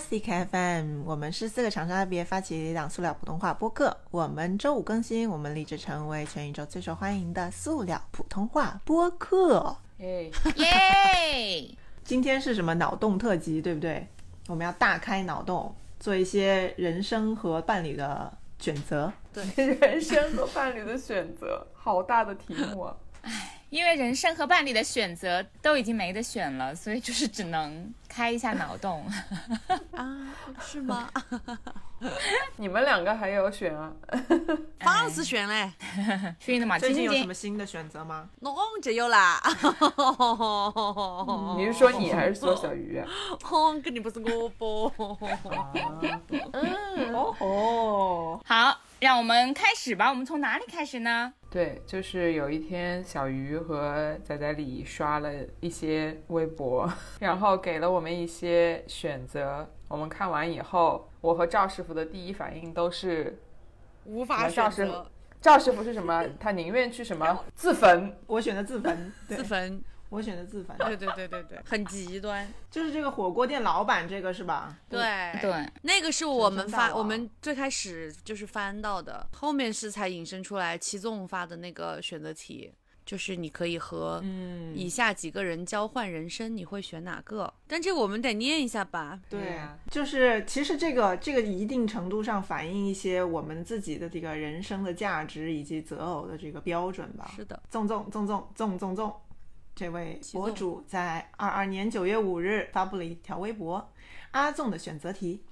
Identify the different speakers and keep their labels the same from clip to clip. Speaker 1: KFM，我们是四个厂商 IBA 发起的一档塑料普通话播客，我们周五更新，我们立志成为全宇宙最受欢迎的塑料普通话播客。
Speaker 2: 哎，
Speaker 3: 耶！
Speaker 1: 今天是什么脑洞特辑，对不对？我们要大开脑洞，做一些人生和伴侣的选择。
Speaker 2: 人生和伴侣的选择，好大的题目啊！
Speaker 3: 因为人生和伴侣的选择都已经没得选了，所以就是只能开一下脑 洞。
Speaker 4: 啊，是吗？啊
Speaker 2: 你们两个还要选啊？
Speaker 4: 放肆选嘞，
Speaker 3: 去的嘛，
Speaker 1: 最啊近
Speaker 3: 今
Speaker 1: 有什
Speaker 3: 天
Speaker 1: 么新的选择吗？
Speaker 4: 弄就有啦。
Speaker 1: 哦
Speaker 2: 你是说你还是说小鱼啊？
Speaker 4: 哦，肯定不是 我啵。
Speaker 1: 嗯
Speaker 2: 哦哦，
Speaker 3: 好，让我们开始吧。我们从哪里开始呢？
Speaker 2: 对，就是有一天小鱼和仔仔李刷了一些微博， 然后给了我们一些选择。我们看完以后，我和赵师傅的第一反应都是，
Speaker 4: 无法选择，
Speaker 2: 赵师傅是什么？他宁愿去 什么自焚？
Speaker 1: 我选的自焚，对
Speaker 4: 自，焚。
Speaker 1: 我选的自焚，
Speaker 4: 对对对对对，很极端。
Speaker 1: 就是这个火锅店老板，这个是吧？
Speaker 4: 对，
Speaker 3: 对，
Speaker 4: 那个是我们
Speaker 1: 真的
Speaker 4: 发，
Speaker 1: 啊
Speaker 4: 我们最开始就是翻到的，后面是才引申出来齐纵发的那个选择题，就是你可以和
Speaker 2: 嗯，
Speaker 4: 以下几个人交换人生，你会选哪个？但这个我们得念一下吧。
Speaker 1: 对
Speaker 2: 对啊
Speaker 1: 就是其实这个这个一定程度上反映一些我们自己的这个人生的价值以及择偶的这个标准吧。
Speaker 4: 是的，
Speaker 1: 纵纵纵纵纵纵纵，这位
Speaker 4: 启纵
Speaker 1: 博主在二二年九月五日发布了一条微博：阿纵的选择题，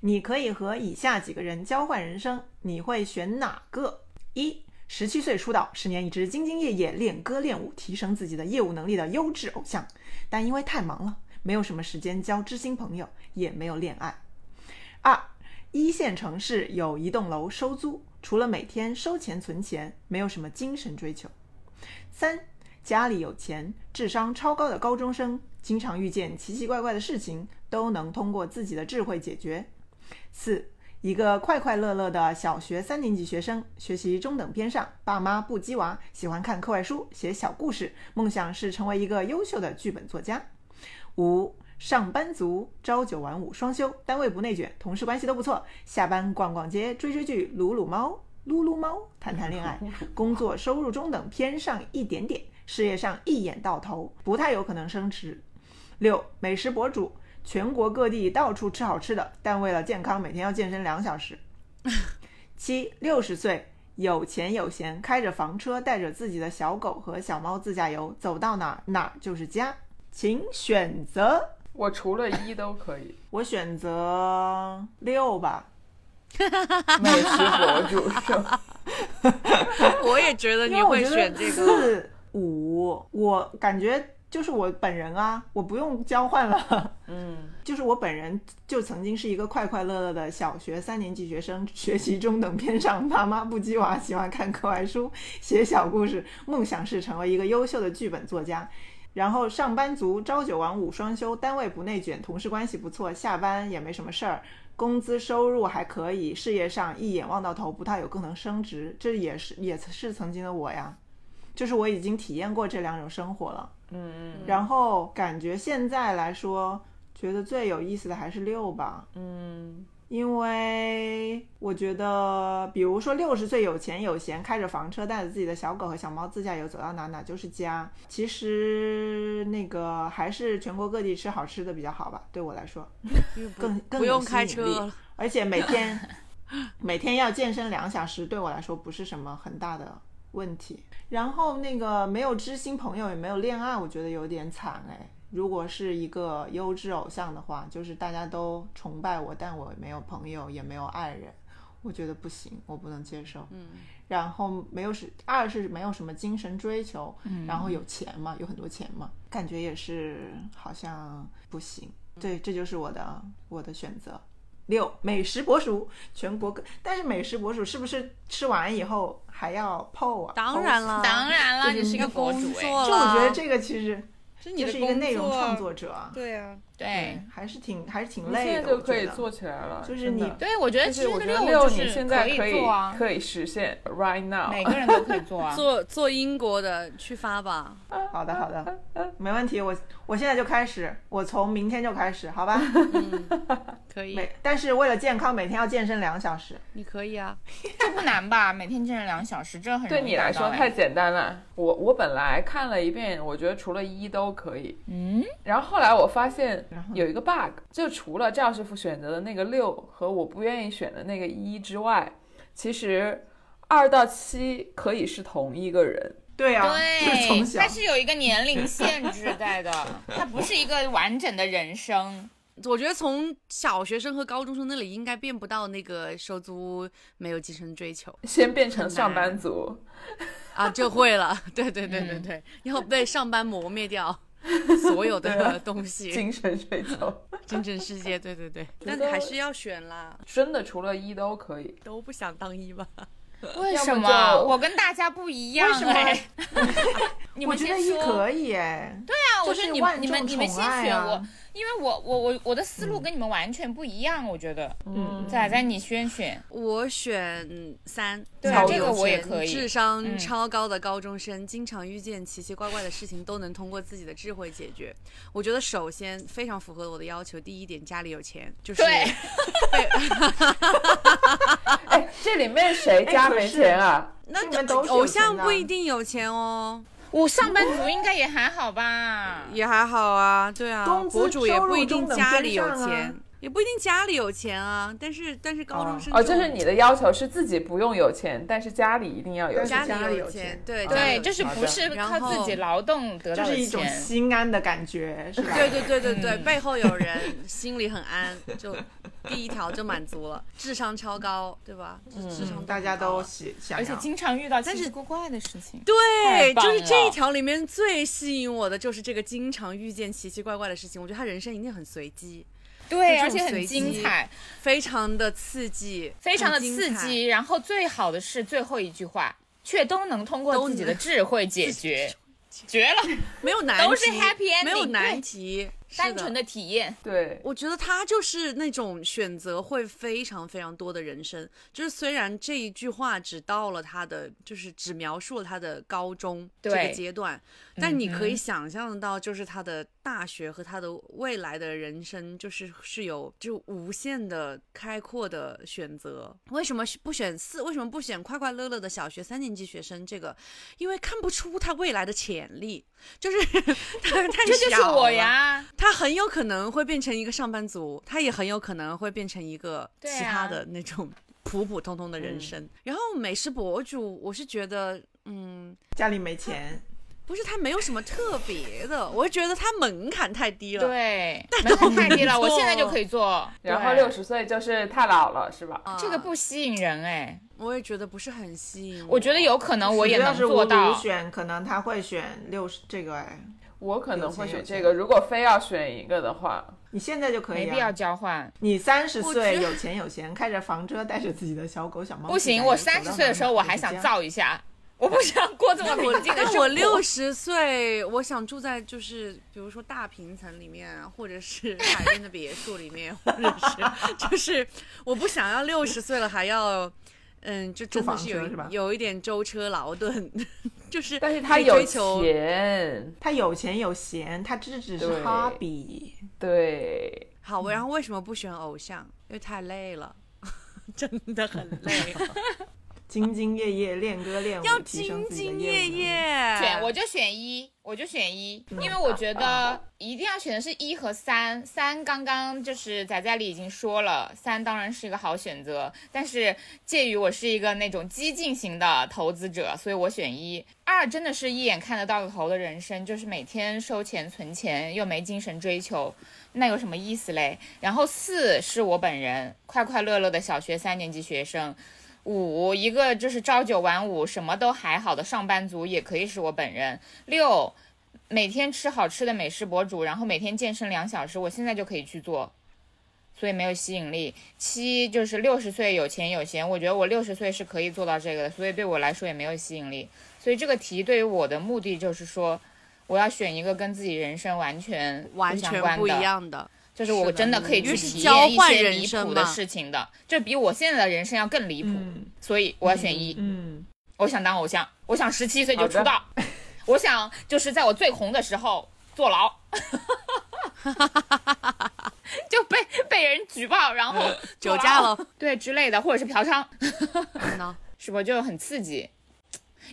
Speaker 1: 你可以和以下几个人交换人生，你会选哪个？一十七岁出道，十年一直兢兢业业练歌练舞，提升自己的业务能力的优质偶像，但因为太忙了，没有什么时间交知心朋友，也没有恋爱。二一线城市有一栋楼收租，除了每天收钱存钱，没有什么精神追求。三，家里有钱、智商超高的高中生，经常遇见奇奇怪怪的事情，都能通过自己的智慧解决。四，一个快快乐乐的小学三年级学生，学习中等偏上，爸妈不鸡娃，喜欢看课外书，写小故事，梦想是成为一个优秀的剧本作家。五。上班族，朝九晚五双休，单位不内卷，同事关系都不错。下班逛逛街，追追剧，撸撸猫，撸撸猫，谈
Speaker 2: 嗯
Speaker 1: 谈恋爱，工作收入中等偏上一点点，事业上一眼到头，不太有可能升职。六，美食博主，全国各地到处吃好吃的，但为了健康，每天要健身两小时。七，六十岁，有钱有闲，开着房车，带着自己的小狗和小猫自驾游，走到哪儿哪儿就是家。请选择，
Speaker 2: 我除了一都可 以。
Speaker 1: 我选择六吧。
Speaker 2: 美食博主是吧？
Speaker 4: 我也觉得
Speaker 1: 因
Speaker 4: 你
Speaker 1: 为我
Speaker 4: 会
Speaker 1: 觉
Speaker 4: 选
Speaker 1: 得
Speaker 4: 这个。
Speaker 1: 四五，我感觉就是我本人啊，我不用交换了。
Speaker 2: 嗯，
Speaker 1: 就是我本人就曾经是一个快快乐乐的小学三年级学生，学习中等偏上，爸妈不鸡娃，喜欢看课外书，写小故事，梦想是成为一个优秀的剧本作家。然后上班族，朝九晚五双休，单位不内卷，同事关系不错，下班也没什么事儿，工资收入还可以，事业上一眼望到头，不太有可能升职。这也是也是曾经的我呀，就是我已经体验过这两种生活了。嗯嗯。然后感觉现在来说，觉得最有意思的还是六吧。嗯。因为我觉得，比如说六十岁有钱有闲，开着房车，带着自己的小狗和小猫自驾游，走到哪哪就是家。其实那个还是全国各地吃好吃的比较好吧，对我来说，更更
Speaker 4: 不
Speaker 1: 有
Speaker 4: 用开
Speaker 1: 吸引力
Speaker 4: 车了，
Speaker 1: 而且每天每天要健身两小时，对我来说不是什么很大的问题。然后那个没有知心朋友，也没有恋爱，我觉得有点惨哎。如果是一个优质偶像的话，就是大家都崇拜我，但我没有朋友，也没有爱人，我觉得不行，我不能接受。嗯，然后没有是二是没有什么精神追求，然后有钱嘛，有很多钱嘛，感觉也是好像不行。对，这就是我的我的选择。六美食博主，全国各，但是美食博主是不是吃完以后还要 PO 啊？
Speaker 4: 当然了，
Speaker 3: 当然了，
Speaker 1: 就是
Speaker 3: 你是一个
Speaker 4: 工
Speaker 3: 博主哎，
Speaker 4: 作
Speaker 1: 就
Speaker 4: 了。
Speaker 1: 我觉得这个其实
Speaker 4: 这是你
Speaker 1: 就
Speaker 4: 的
Speaker 1: 是一个内容
Speaker 4: 工作
Speaker 1: 创作者啊，
Speaker 4: 对啊，
Speaker 3: 对，
Speaker 1: 还是挺还是挺
Speaker 2: 你
Speaker 1: 累
Speaker 2: 现在
Speaker 1: 的。
Speaker 2: 就
Speaker 1: 我
Speaker 2: 可以
Speaker 1: 觉得
Speaker 2: 做起来了，
Speaker 1: 就是
Speaker 2: 真的
Speaker 1: 你
Speaker 3: 对，我觉得
Speaker 2: 就
Speaker 3: 其
Speaker 2: 是
Speaker 3: 实
Speaker 2: 我觉得
Speaker 3: 六
Speaker 2: 你现在
Speaker 3: 可
Speaker 2: 以
Speaker 3: 做啊，
Speaker 2: 可以实现，right now。
Speaker 3: 每个人都可以做 啊。
Speaker 4: 做做英国的去发吧，
Speaker 1: 好的好的，没问题。我我现在就开始，我从明天就开始，好吧？
Speaker 4: 可以，
Speaker 1: 每但是为了健康，每天要健身两小时。
Speaker 4: 你可以啊，
Speaker 3: 这不难吧？每天健身两小时，这很
Speaker 2: 对
Speaker 3: 容易
Speaker 2: 你
Speaker 3: 达
Speaker 2: 来
Speaker 3: 到
Speaker 2: 说
Speaker 3: 哎
Speaker 2: 太简单了。我我本来看了一遍，我觉得除了一都可以。
Speaker 3: 嗯，
Speaker 2: 然后后来我发现
Speaker 1: 然后
Speaker 2: 有一个 bug，就除了赵师傅选择的那个六和我不愿意选的那个一之外，其实二到七可以是同一个人。
Speaker 1: 对啊，就是 从
Speaker 3: 对，
Speaker 1: 小
Speaker 3: 它是有一个年龄限制在的，它不是一个完整的人生。
Speaker 4: 我觉得从小学生和高中生那里应该变不到那个收租没有精神追求
Speaker 2: 先变成
Speaker 3: 很难
Speaker 2: 上班族，
Speaker 4: 啊，就会了， 对对对对对，要被上班磨灭 掉所有
Speaker 2: 对啊
Speaker 4: 的东西，
Speaker 2: 精神追求，
Speaker 4: 精神世界，对对对，
Speaker 2: 觉
Speaker 4: 但
Speaker 2: 得
Speaker 4: 还是要选啦，
Speaker 2: 真的除了一都可以。
Speaker 4: 都不想当一吧，
Speaker 3: 为
Speaker 2: 要
Speaker 3: 什
Speaker 2: 么
Speaker 3: 么
Speaker 2: 就
Speaker 3: 我跟大家不一样？
Speaker 1: 为什么
Speaker 3: 哎你
Speaker 1: 我
Speaker 3: 们
Speaker 1: 觉
Speaker 3: 先
Speaker 1: 得一
Speaker 3: 说。
Speaker 1: 可以哎，对
Speaker 3: 对啊，
Speaker 1: 就
Speaker 3: 我觉
Speaker 1: 是
Speaker 3: 得你
Speaker 1: 万
Speaker 3: 们你们
Speaker 1: 众
Speaker 3: 你们
Speaker 1: 宠
Speaker 3: 先
Speaker 1: 爱
Speaker 3: 选
Speaker 1: 啊
Speaker 3: 我，因为我我我我的思路跟你们完全不一样，我觉得。
Speaker 2: 嗯，
Speaker 3: 仔仔，你先选。
Speaker 4: 我选三，
Speaker 3: 对
Speaker 2: 啊
Speaker 4: 超
Speaker 2: 这个
Speaker 4: 有
Speaker 3: 我也
Speaker 4: 钱
Speaker 3: 可以
Speaker 4: 智商
Speaker 3: 嗯
Speaker 4: 超高的高中生，经常遇见奇奇怪怪的事情，都能通过自己的智慧解决。我觉得首先非常符合我的要求，第一点家里有钱，就是
Speaker 3: 对
Speaker 2: 哎，这里面谁家
Speaker 1: 哎可
Speaker 2: 没
Speaker 1: 是
Speaker 2: 钱啊？
Speaker 4: 那
Speaker 1: 这里面都是有
Speaker 4: 偶
Speaker 1: 钱
Speaker 4: 像
Speaker 1: 的
Speaker 4: 不一定有钱哦，
Speaker 3: 我上班族应该也还好吧？
Speaker 4: 也还好啊，对啊，
Speaker 1: 工资
Speaker 4: 博主也
Speaker 1: 收入
Speaker 4: 不一定
Speaker 1: 中等
Speaker 4: 家里有
Speaker 1: 偏上啊
Speaker 4: 钱，也不一定家里有钱啊，但是但是高
Speaker 1: 哦
Speaker 4: 中生
Speaker 2: 哦，就是你的要求是自己不用有钱，但是家里一定要有
Speaker 1: 但是
Speaker 2: 钱。
Speaker 4: 家
Speaker 1: 家里
Speaker 4: 里
Speaker 1: 有
Speaker 4: 有钱
Speaker 1: 钱，
Speaker 4: 对家里
Speaker 3: 对，
Speaker 4: 有
Speaker 3: 就是
Speaker 4: 钱
Speaker 2: 好
Speaker 3: 不
Speaker 2: 的
Speaker 3: 是
Speaker 4: 然
Speaker 3: 靠自己
Speaker 4: 后
Speaker 3: 劳动得
Speaker 1: 就
Speaker 3: 到
Speaker 1: 是一
Speaker 3: 的
Speaker 1: 种
Speaker 3: 钱。
Speaker 1: 心安的感觉，是吧？
Speaker 4: 对对对对对，
Speaker 3: 嗯
Speaker 4: 背后有人，心里很安，就第一条就满足了， 智商超高，对吧？
Speaker 3: 嗯
Speaker 4: 智商
Speaker 1: 大家
Speaker 4: 很高
Speaker 1: 都
Speaker 4: 了
Speaker 1: 喜想
Speaker 3: 而且
Speaker 1: 要。
Speaker 3: 经常遇到
Speaker 4: 但
Speaker 3: 奇
Speaker 4: 是
Speaker 3: 奇怪怪的事情。
Speaker 4: 对，
Speaker 3: 太棒
Speaker 4: 就是这
Speaker 3: 了
Speaker 4: 一条里面最吸引我的就是这个经常遇见奇奇怪怪的事情，我觉得他人生一定很随机，
Speaker 3: 对，
Speaker 4: 这
Speaker 3: 而
Speaker 4: 种
Speaker 3: 且很
Speaker 4: 随
Speaker 3: 精
Speaker 4: 机
Speaker 3: 彩，
Speaker 4: 非常的刺激，
Speaker 3: 非常的
Speaker 4: 很精
Speaker 3: 刺
Speaker 4: 彩。
Speaker 3: 激。然后最好的是最后一句话，却都能通过
Speaker 4: 都
Speaker 3: 自己的
Speaker 4: 能
Speaker 3: 智慧解决，绝了！
Speaker 4: 没有难题，
Speaker 3: 都是 happy
Speaker 4: 没有
Speaker 3: ending，
Speaker 4: 难
Speaker 3: 对
Speaker 4: 题，是
Speaker 3: 单纯的体验，
Speaker 2: 对，
Speaker 4: 我觉得他就是那种选择会非常非常多的人生，就是虽然这一句话只到了他的，就是只描述了他的高中这个
Speaker 3: 对
Speaker 4: 阶段，但你可
Speaker 3: 嗯
Speaker 4: 以
Speaker 3: 哼
Speaker 4: 想象得到，就是他的大学和他的未来的人生，就是是有就无限的开阔的选择。为什么不选四？为什么不选快快乐乐的小学三年级学生？这个，因为看不出他未来的潜力，就是 他太
Speaker 3: 这就是
Speaker 4: 小
Speaker 3: 我
Speaker 4: 了
Speaker 3: 呀。
Speaker 4: 他很有可能会变成一个上班族，他也很有可能会变成一个
Speaker 3: 对
Speaker 4: 其他
Speaker 3: 啊嗯
Speaker 4: 的那种 普普通通的人生。然后美食博主，我是觉得，嗯，
Speaker 1: 家里没钱，
Speaker 4: 不是他没有什么特别的，我觉得他门槛太低了。
Speaker 3: 对，门槛太低了，我现在就可以做。
Speaker 2: 然后
Speaker 3: 对
Speaker 2: 六十岁就是太老了，是吧？
Speaker 4: 啊
Speaker 3: 这个，不吸引人哎，
Speaker 4: 我也觉得不是很吸引
Speaker 3: 我觉得有可能我也
Speaker 1: 要
Speaker 3: 能
Speaker 1: 是
Speaker 3: 做
Speaker 1: 五
Speaker 3: 到
Speaker 1: 五。选，可能他会选六十这个哎。
Speaker 2: 我可能
Speaker 1: 有钱
Speaker 2: 会
Speaker 1: 有
Speaker 2: 选
Speaker 1: 钱
Speaker 2: 这个。如果非要选一个的话，
Speaker 1: 你现在就可
Speaker 3: 没
Speaker 1: 以、
Speaker 3: 必要
Speaker 1: 啊，
Speaker 3: 交换，
Speaker 1: 你三十
Speaker 4: 我觉
Speaker 1: 岁
Speaker 4: 得
Speaker 1: 有钱有闲，开着房车，带着自己的小狗小猫。
Speaker 3: 不行，我三十岁的时候我还想
Speaker 1: 造。
Speaker 3: 造一下，我不想过这么平静的
Speaker 4: 但
Speaker 3: 生活。
Speaker 4: 我六十岁，我想住在就是比如说大平层里面啊，或者是海边的别墅里面，或者是就是我不想要六十岁了还要，嗯，就真的是有
Speaker 1: 住房车是吧
Speaker 4: 一有一点舟车劳顿，就是
Speaker 2: 但是他
Speaker 4: 你
Speaker 2: 有
Speaker 4: 追求
Speaker 2: 钱，
Speaker 1: 他有钱有闲，他这只是
Speaker 2: 对
Speaker 1: hobby。
Speaker 2: 对，
Speaker 4: 好，我然后为什么不选偶像？因为太累了。真的很累，
Speaker 1: 兢兢业业练歌练舞，
Speaker 4: 要
Speaker 1: 提
Speaker 4: 兢
Speaker 1: 升自己的
Speaker 4: 兢
Speaker 1: 业务
Speaker 4: 业
Speaker 1: 能力。
Speaker 4: 业。
Speaker 3: 选我就选一，我就选一，因为我觉得一定要选的是一和三。三刚刚就是仔仔里已经说了，三当然是一个好选择，但是介于我是一个那种激进型的投资者，所以我选一。二真的是一眼看得到头的人生，就是每天收钱存钱，又没精神追求，那有什么意思嘞？然后四是我本人，快快乐乐的小学三年级学生，五一个就是朝九晚五，什么都还好的上班族，也可以是我本人。六，每天吃好吃的美食博主，然后每天健身两小时，我现在就可以去做，所以没有吸引力。七就是六十岁有钱有闲，我觉得我六十岁是可以做到这个的，所以对我来说也没有吸引力。所以这个题对于我的目的就是说，我要选一个跟自己人生完全
Speaker 4: 完
Speaker 3: 相
Speaker 4: 全
Speaker 3: 关
Speaker 4: 不一
Speaker 3: 的，
Speaker 4: 样的。
Speaker 3: 就是我
Speaker 4: 是的
Speaker 3: 真的可以
Speaker 4: 因
Speaker 3: 去
Speaker 4: 为是
Speaker 3: 体
Speaker 4: 交
Speaker 3: 验一
Speaker 4: 换
Speaker 3: 些
Speaker 4: 人
Speaker 3: 离
Speaker 4: 生
Speaker 3: 谱的
Speaker 4: 嘛
Speaker 3: 事情的，这比我现在的人生要更离谱，
Speaker 1: 嗯
Speaker 3: 所以我要选一。
Speaker 1: 嗯，
Speaker 3: 我想当偶像，我想十七岁就
Speaker 2: 好的
Speaker 3: 出道，我想就是在我最红的时候坐牢， 就被被人举报，然后
Speaker 4: 嗯酒
Speaker 3: 坐
Speaker 4: 驾
Speaker 3: 牢
Speaker 4: 了，嗯
Speaker 3: 对之类的，或者是嫖娼，
Speaker 4: 呢？
Speaker 3: 是不是就很刺激？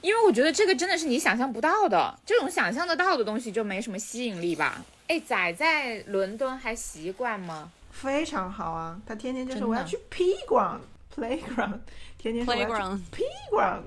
Speaker 3: 因为我觉得这个真的是你想象不到的，这种想象得到的东西就没什么吸引力吧。哎，仔在伦敦还习惯吗？
Speaker 1: 非常好啊！他天天就是
Speaker 3: 真的
Speaker 1: 我要去 playground playground，天天说我要去
Speaker 4: Playground
Speaker 1: playground，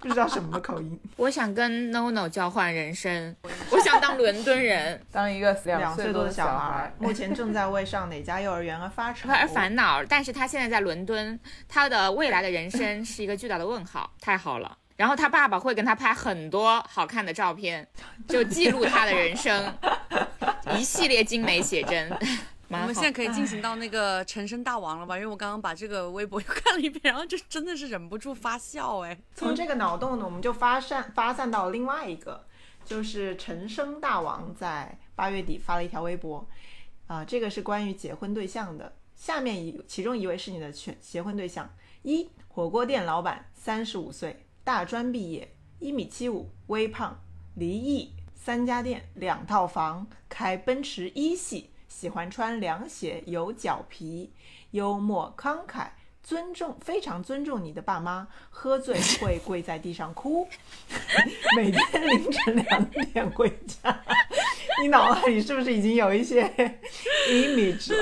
Speaker 1: 不知道什么口音，
Speaker 3: 我想跟 NONO 交换人生，我想当伦敦人，
Speaker 2: 当一个
Speaker 1: 两
Speaker 2: 岁
Speaker 1: 岁多
Speaker 2: 的
Speaker 1: 的小
Speaker 2: 孩
Speaker 1: 孩，，目前正在为上哪家幼儿园而发愁，
Speaker 3: 而烦恼。但是他现在在伦敦，他的未来的人生是一个巨大的问号。太好了。然后他爸爸会跟他拍很多好看的照片，就记录他的人生，一系列精美写真，
Speaker 4: 我
Speaker 3: 蛮
Speaker 4: 们
Speaker 3: 好
Speaker 4: 现在。可以进行到那个陈升大王了吧？因为我刚刚把这个微博又看了一遍，然后就真的是忍不住发笑哎。
Speaker 1: 从这个脑洞呢，我们就发散发散到另外一个，就是陈升大王在八月底发了一条微博，啊、这个是关于结婚对象的。下面一其中一位是你的全结婚对象：一火锅店老板，三十五岁，大专毕业，一米七五，微胖，离异，三家店，两套房，开奔驰一系，喜欢穿凉鞋，有脚皮，幽默慷慨，尊重非常尊重你的爸妈，喝醉会跪在地上哭， 每天凌晨两点回家。 你脑海里是不是已经有一些 image 了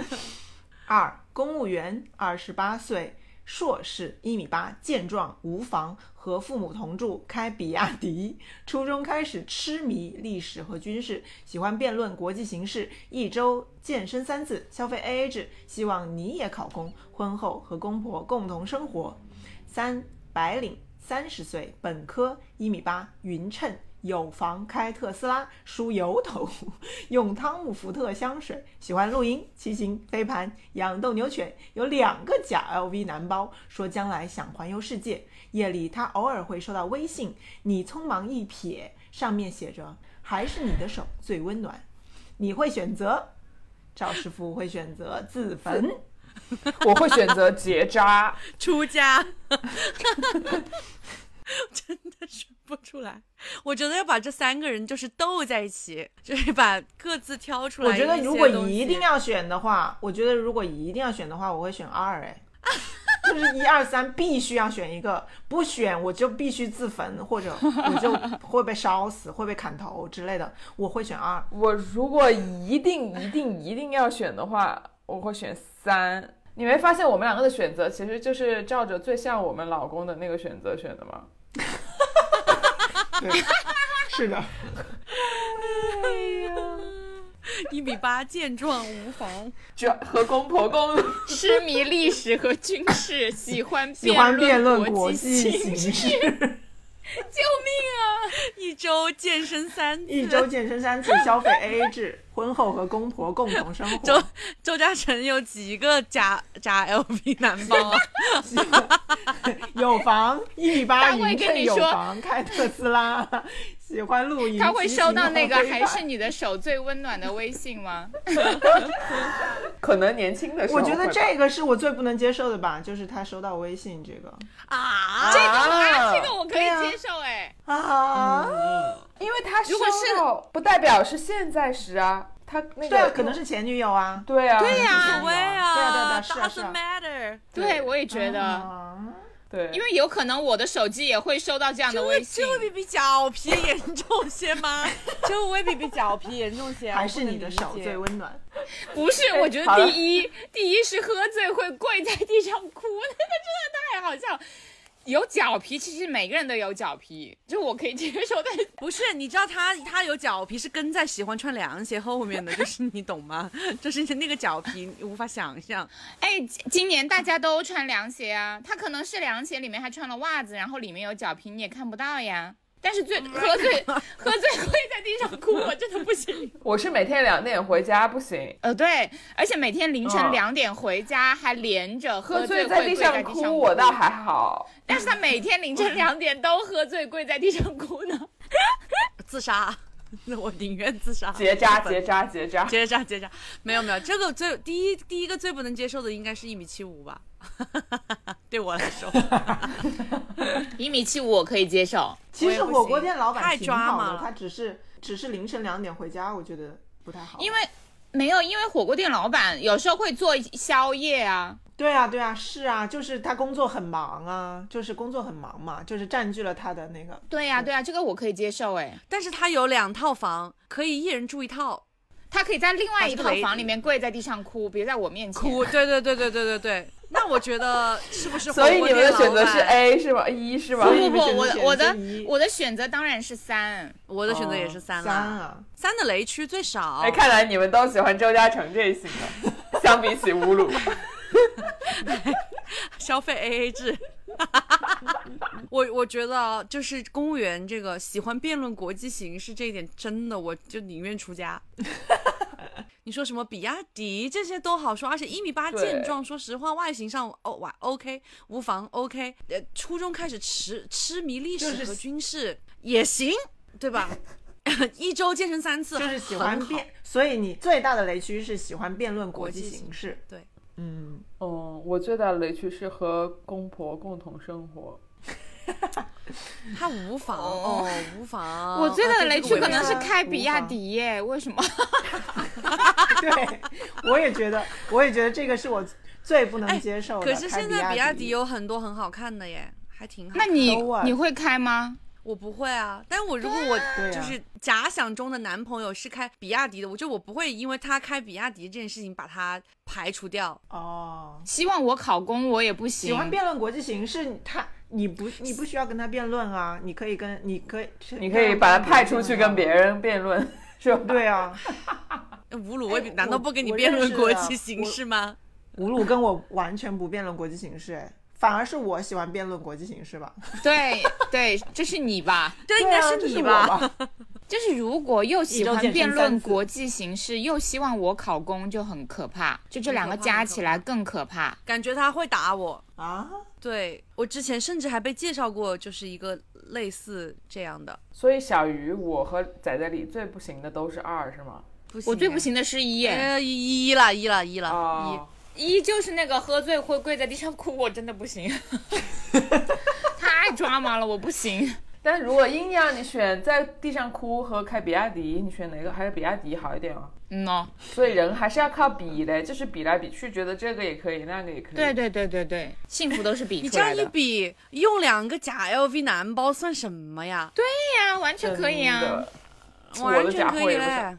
Speaker 1: 二，公务员，二十八岁，硕士，一米八，健壮，无房，和父母同住，开比亚迪。初中开始痴迷历史和军事，喜欢辩论国际形势，一周健身三次，消费 AA 制，希望你也考公，婚后和公婆共同生活。三白领，三十岁，本科，一米八，匀称，有房，开特斯拉，梳油头， 用汤姆福特香水，喜欢露营、骑行、飞盘、养斗牛犬，有两个假 LV 男包，说将来想环游世界。夜里他偶尔会收到微信，你匆忙一瞥，上面写着“还是你的手最温暖”，你会选择。赵师傅会选择自焚，
Speaker 2: 我会选择结扎。
Speaker 4: 出家， 真的选不出来。我觉得要把这三个人就是斗在一起，就是把各自挑出来
Speaker 1: 我
Speaker 4: 一些
Speaker 1: 觉
Speaker 4: 东
Speaker 1: 得
Speaker 4: 西。
Speaker 1: 如果一定要选的话，我觉得如果一定要选的话，我会选二哎，就是一二三必须要选一个，不选我就必须自焚，或者我就会被烧死，会被砍头之类的，我会选二。
Speaker 2: 我如果一定一定一定要选的话，我会选三。你没发现我们两个的选择其实就是照着最像我们老公的那个选择选的吗？
Speaker 1: 对，是的，
Speaker 4: 一米八，健壮，无房，
Speaker 2: 就和公婆共
Speaker 3: 痴迷历史和军事，喜欢
Speaker 1: 喜欢辩论
Speaker 3: 国
Speaker 1: 国际
Speaker 3: 形
Speaker 1: 形势，
Speaker 3: 救命啊
Speaker 4: 一周健身三
Speaker 1: 一
Speaker 4: 次。
Speaker 1: 周健身三次，消费 AA 制，婚后和公婆共同生
Speaker 4: 周
Speaker 1: 活，
Speaker 4: 周嘉诚有几个假假 LV 男 包啊？
Speaker 1: 有房，一米八，
Speaker 3: 他会
Speaker 1: 匀
Speaker 3: 跟
Speaker 1: 称
Speaker 3: 你
Speaker 1: 有
Speaker 3: 说
Speaker 1: 房，开特斯拉， 喜欢露营，
Speaker 3: 啊！他会
Speaker 1: 骑
Speaker 3: 收
Speaker 1: 行
Speaker 3: 到
Speaker 1: 和
Speaker 3: 那个
Speaker 1: 飞
Speaker 3: 还
Speaker 1: 盘
Speaker 3: 是你的手最温暖的微信吗？
Speaker 2: 可能年轻的时候
Speaker 1: 我
Speaker 2: 会吧，
Speaker 1: 觉得这个是我最不能接受的吧，就是他收到微信这个
Speaker 4: 啊，
Speaker 3: 这个啊，这个我可
Speaker 1: 对啊
Speaker 3: 以接受哎。
Speaker 1: 啊，
Speaker 2: 因为他
Speaker 3: 如果
Speaker 2: 收
Speaker 3: 是
Speaker 2: 到不代表是现在时啊，他那
Speaker 1: 对啊
Speaker 2: 个，
Speaker 1: 可能是前女友啊，
Speaker 2: 对啊，
Speaker 3: 对呀
Speaker 4: 无所谓
Speaker 1: 对啊对啊
Speaker 4: 啊
Speaker 1: 是啊是啊
Speaker 4: ，doesn't matter。
Speaker 3: 对，我也觉得，
Speaker 1: 啊，
Speaker 2: 对，
Speaker 3: 因为有可能我的手机也会收到这样的
Speaker 4: 这
Speaker 3: 微
Speaker 4: 会
Speaker 3: 信
Speaker 4: 这。会比比脚皮严重些 吗？这会比比脚皮严重些啊？
Speaker 1: 还
Speaker 4: 我
Speaker 1: 是
Speaker 4: 不能
Speaker 1: 你的
Speaker 4: 理
Speaker 1: 手
Speaker 4: 解
Speaker 1: 最温暖，
Speaker 3: 不是，我觉
Speaker 2: 好
Speaker 3: 得
Speaker 2: 了
Speaker 3: 第一，第一是喝醉会跪在地上哭，那个真的太好笑了。有脚皮，其实每个人都有脚皮，就我可以接受，但是
Speaker 4: 不是，你知道他他有脚皮是跟在喜欢穿凉鞋后面的，就是你懂吗？ 就是那个脚皮你无法想象。
Speaker 3: 哎，今今年大家都穿凉鞋啊，他可能是凉鞋里面还穿了袜子，然后里面有脚皮，你也看不到呀。但是最喝醉喝醉跪在地上哭，我真的不行。
Speaker 2: 我是每天两点回家，不行，
Speaker 3: 呃，对，而且每天凌晨
Speaker 2: 嗯
Speaker 3: 两点回家，还连着
Speaker 2: 喝醉
Speaker 3: 醉会
Speaker 2: 在地
Speaker 3: 跪在
Speaker 2: 上
Speaker 3: 地
Speaker 2: 哭，我倒还好。
Speaker 3: 但是他每天凌晨两点都喝醉跪在地上哭呢。
Speaker 4: 自杀， 那我宁愿自杀。
Speaker 2: 结扎，
Speaker 4: 本
Speaker 2: 结扎，结扎。
Speaker 4: 结扎结扎，没有没有，这个最第一第一个最不能接受的应该是一米七五吧， 对我来 说
Speaker 3: 一米七五我可以接受，
Speaker 1: 其实火锅店老
Speaker 4: 太
Speaker 1: 板挺
Speaker 4: 抓马
Speaker 1: 好
Speaker 4: 了
Speaker 1: 的，他只是只是凌晨两点回家，我觉得不太好。
Speaker 3: 因
Speaker 1: 为
Speaker 3: 为没有，因为火锅店老板有时候会做宵夜啊。
Speaker 1: 对啊，对啊，是啊，就是他工作很忙啊，就是工作很忙嘛，就是占据了他的那个。
Speaker 3: 对呀、对呀、这个我可以接受哎。
Speaker 4: 但是他有两套房，可以一人住一套，
Speaker 3: 他可以在另外一
Speaker 4: 把
Speaker 3: 套
Speaker 4: 这个雷
Speaker 3: 房里面跪在地上哭，别在我面前。
Speaker 4: 哭，对对对对对对对。那我觉得是不是火
Speaker 2: 所以
Speaker 4: 锅
Speaker 2: 你
Speaker 4: 店
Speaker 2: 们的
Speaker 4: 老
Speaker 2: 选择是
Speaker 4: 板
Speaker 2: A 是吗？一是吗
Speaker 3: 不？
Speaker 1: 所以你
Speaker 3: 不不，
Speaker 1: 们选择
Speaker 3: 我的
Speaker 1: 选
Speaker 3: 我的
Speaker 1: 择一
Speaker 3: 我的选择当然是三。
Speaker 4: 我的选择也是
Speaker 1: 哦
Speaker 4: 三
Speaker 1: 三
Speaker 4: 啦，
Speaker 1: 啊，
Speaker 4: 三的雷区最少
Speaker 2: 哎，。看来你们都喜欢周嘉诚这一型的，相比起侮辱。
Speaker 4: 消费 AA 制。我我觉得啊就是公务员这个喜欢辩论国际形势这一点，真的我就宁愿 出家。你说什么比亚迪这些都好说，而且一米八
Speaker 2: 对
Speaker 4: 健壮，说实话，外形上哦哇 OK 无妨 OK，呃，初中开始痴痴迷历
Speaker 1: 就
Speaker 4: 史
Speaker 1: 是
Speaker 4: 和军事、也行，对吧？ 一周健身三次，
Speaker 1: 就是喜欢
Speaker 4: 很好
Speaker 1: 辩，所以你最大的雷区是喜欢辩论国际
Speaker 4: 国际形
Speaker 1: 形势。
Speaker 4: 对，
Speaker 1: 嗯，
Speaker 2: 嗯，我最大的雷区是和公婆共同生活。
Speaker 4: 他无妨
Speaker 3: 哦
Speaker 4: 哦，无妨。呃
Speaker 3: 我最大的雷区
Speaker 1: 我
Speaker 3: 可能是
Speaker 1: 明白
Speaker 3: 开比亚迪耶，为什么？
Speaker 1: 对，我也觉得，我也觉得这个是我最不能接受的。
Speaker 4: 哎可是现在
Speaker 1: 开
Speaker 4: 比
Speaker 1: 比
Speaker 4: 亚迪
Speaker 1: 迪
Speaker 4: 有很多很好看的耶，还挺好
Speaker 3: 那。你
Speaker 1: 都啊
Speaker 3: 你会开吗？
Speaker 4: 我不会啊，但我如果我
Speaker 1: 对啊
Speaker 4: 就是假想中的男朋友是开比亚迪的，我就我不会因为他开比亚迪这件事情把他排除掉。
Speaker 1: 哦，
Speaker 4: 嗯
Speaker 3: 希望我考公我也不
Speaker 1: 喜欢
Speaker 3: 行。
Speaker 1: 辩论国际形势，他你不你不需要跟他辩论啊，你可以跟你可以
Speaker 2: 你可以把他派出去跟别。人辩论，是吧？
Speaker 1: 对啊，
Speaker 4: 那吴鲁卫
Speaker 1: 哎
Speaker 4: 难道不跟你
Speaker 1: 我
Speaker 4: 辩论国
Speaker 1: 我认识的
Speaker 4: 际形势吗？
Speaker 1: 吴鲁跟我完全不辩论国际形势，哎，反而是我喜欢辩论国际形势吧？
Speaker 3: 对对，这是你吧？
Speaker 4: 这应
Speaker 1: 对
Speaker 4: 该
Speaker 1: 啊
Speaker 4: 是
Speaker 1: 这
Speaker 4: 你
Speaker 1: 是我
Speaker 4: 吧？
Speaker 1: 吧？
Speaker 3: 就是如果又喜
Speaker 1: 一周
Speaker 3: 欢
Speaker 1: 健身
Speaker 3: 辩
Speaker 1: 三
Speaker 3: 论
Speaker 1: 次
Speaker 3: 国际形势，又希望我考公，就很可怕。就这两个
Speaker 4: 很可怕
Speaker 3: 加起来更可怕。
Speaker 4: 感觉他会打我。
Speaker 1: 啊，
Speaker 4: 对我之前甚至还被介绍过，就是一个类似这样的。
Speaker 2: 所以小鱼，我和仔仔里最不行的都是二，是吗？
Speaker 4: 不行，
Speaker 3: 我最不。行的是一耶，
Speaker 4: 呃，一一了，一了，一了，一
Speaker 1: 哦
Speaker 2: 啊。，
Speaker 3: 一就是那个喝醉会跪在地上哭，我真的不行，太抓马了，我不行。
Speaker 2: 但如果硬要你选在地上哭和开比亚迪，你选哪个？还是比亚迪好一点啊？
Speaker 3: 嗯哦，
Speaker 2: 所以人还是要靠比的，就是比来比去，觉得这个也可以，那个也可以。
Speaker 3: 对，对对对对，幸福都是比
Speaker 4: 你
Speaker 3: 出
Speaker 4: 这
Speaker 3: 来
Speaker 4: 样
Speaker 3: 的。
Speaker 4: 一比，用两个假 LV 男包算什么呀？
Speaker 3: 对呀、完全可以
Speaker 2: 真
Speaker 3: 啊
Speaker 2: 的。。我
Speaker 4: 完
Speaker 2: 的
Speaker 4: 全
Speaker 2: 假
Speaker 4: 可
Speaker 2: 货
Speaker 4: 以
Speaker 2: 也不
Speaker 4: 嘞
Speaker 2: 行。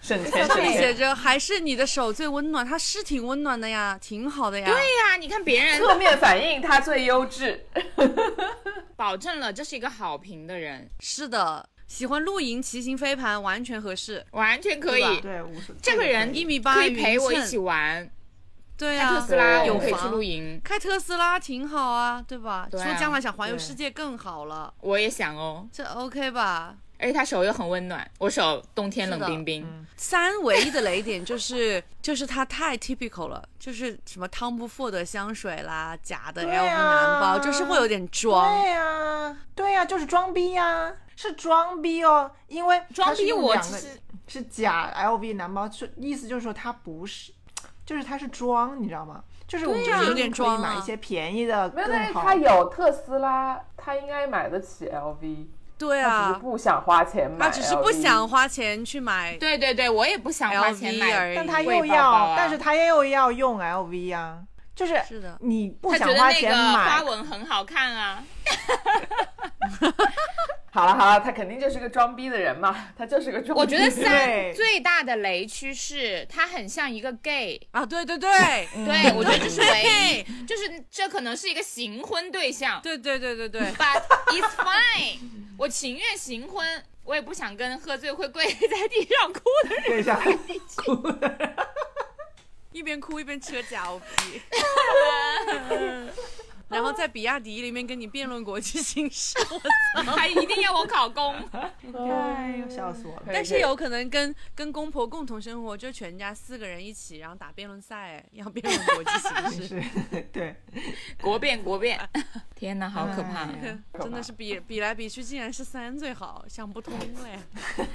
Speaker 2: 省钱省
Speaker 4: 上面
Speaker 2: 钱
Speaker 4: 写。着还是你的手最温暖，它是挺温暖的呀，挺好的呀。
Speaker 3: 对呀、你看别人
Speaker 2: 侧面反映他最优质，
Speaker 3: 保证了这是一个好评的人，
Speaker 4: 是的，喜欢露营、骑行、飞盘，完全合适。
Speaker 3: 完全可
Speaker 4: 对
Speaker 3: 以。
Speaker 1: 对，无所
Speaker 3: 这个人
Speaker 4: 一米八，
Speaker 3: 可以陪我
Speaker 4: 匀
Speaker 3: 一
Speaker 4: 称
Speaker 3: 起。玩，
Speaker 4: 对啊
Speaker 3: 开特
Speaker 4: 呀
Speaker 3: 斯，
Speaker 1: 啊
Speaker 3: 拉，
Speaker 2: 对
Speaker 3: 我可以
Speaker 4: 有
Speaker 3: 去
Speaker 4: 房
Speaker 3: 露营，
Speaker 4: 开特斯拉挺好啊，对吧？
Speaker 3: 对啊
Speaker 4: 说将来想环游
Speaker 1: 对
Speaker 4: 世界更好了，
Speaker 3: 我也想哦。
Speaker 4: 这 OK 吧？
Speaker 3: 而且他手又很温暖，我手冬天冷冰冰。
Speaker 1: 嗯
Speaker 4: 三唯一的雷点就是就是它太 typical 了，就是什么汤姆福的香水啦，假的 LV
Speaker 1: 对啊
Speaker 4: 男包，就是会有点装。
Speaker 1: 对呀、对呀、就是装逼呀、是装逼哦，因为
Speaker 3: 装
Speaker 1: 它是
Speaker 3: 逼
Speaker 1: 用
Speaker 3: 我
Speaker 1: 两
Speaker 3: 其
Speaker 1: 个
Speaker 3: 实
Speaker 1: 是假 LV 男包，就意思就是说它不是，就是它是装，你知道吗？就是我们
Speaker 4: 对呀
Speaker 1: 就是
Speaker 4: 有点
Speaker 1: 可以
Speaker 4: 装啊
Speaker 1: 买一些便宜的
Speaker 2: 没有，但
Speaker 1: 更
Speaker 2: 是
Speaker 1: 好。
Speaker 2: 他有特斯拉，他应该买得起 LV，
Speaker 4: 对
Speaker 2: 他只是
Speaker 4: 啊，
Speaker 2: 不想花钱买，
Speaker 4: 他只是不想。花钱去买
Speaker 3: 对对对，我也不想花钱
Speaker 4: LV 而
Speaker 3: 买
Speaker 4: 已，
Speaker 1: 但他
Speaker 3: 贵
Speaker 1: 又
Speaker 3: 爆
Speaker 1: 要，
Speaker 3: 爆啊
Speaker 1: 但是他又要用 LV 呀、就是
Speaker 4: 是的
Speaker 1: 你不
Speaker 3: 他觉
Speaker 1: 想
Speaker 3: 得
Speaker 1: 花
Speaker 3: 那
Speaker 1: 钱
Speaker 3: 个花
Speaker 1: 买，嗯
Speaker 3: 纹很好看啊。
Speaker 2: 好了好了，他肯定就是个装逼的人嘛，他就是个装逼。
Speaker 3: 我觉得三
Speaker 1: 对
Speaker 3: 最大的雷区是他很像一个 gay，
Speaker 4: 啊，对 对对，
Speaker 1: 嗯
Speaker 3: 对我觉得这是唯
Speaker 4: 对
Speaker 3: 一，就是这可能是一个行婚对象
Speaker 4: 对对对对对，
Speaker 3: ，but it's fine，我情愿行婚。我也不想跟喝醉会跪在地上哭的 人，
Speaker 1: 对一下，
Speaker 4: 一边哭一边吃个脚皮， 然后在比亚迪里面跟你辩论国际形势，
Speaker 3: 还一定要我考公。
Speaker 1: 哎呦，笑死我了！
Speaker 4: 但是有可能跟跟公婆共同生活，就全家四个人一起，然后打辩论赛，要辩论国际形势，
Speaker 1: 是，对，
Speaker 3: 国变国变， 天哪，好可怕！
Speaker 1: 哎呀
Speaker 4: 真的是比比来比去，竟然是三最好，想不通嘞。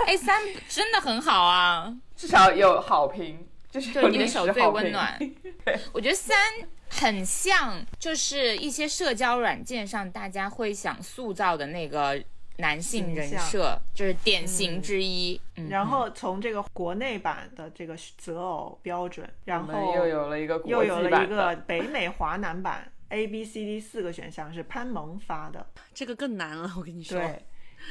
Speaker 3: 哎，三真的很好啊，
Speaker 2: 至少有好评，就是有
Speaker 3: 对你的
Speaker 2: 历史
Speaker 3: 手最
Speaker 2: 好
Speaker 3: 温
Speaker 2: 评
Speaker 3: 暖。我觉得三很像，就是一些社交软件上大家会想塑造的那个男性人
Speaker 1: 形象
Speaker 3: 设，就是典型之一。嗯，
Speaker 1: 然后从这个国内版的这个择偶标准，然
Speaker 2: 我们
Speaker 1: 后
Speaker 2: 又有了一个
Speaker 1: 又
Speaker 2: 国
Speaker 1: 有
Speaker 2: 际
Speaker 1: 了一
Speaker 2: 版
Speaker 1: 个
Speaker 2: 的，
Speaker 1: 北美华南版 A B C D 四个选项是潘萌发的，
Speaker 4: 这个更难了，我跟你说。
Speaker 1: 对，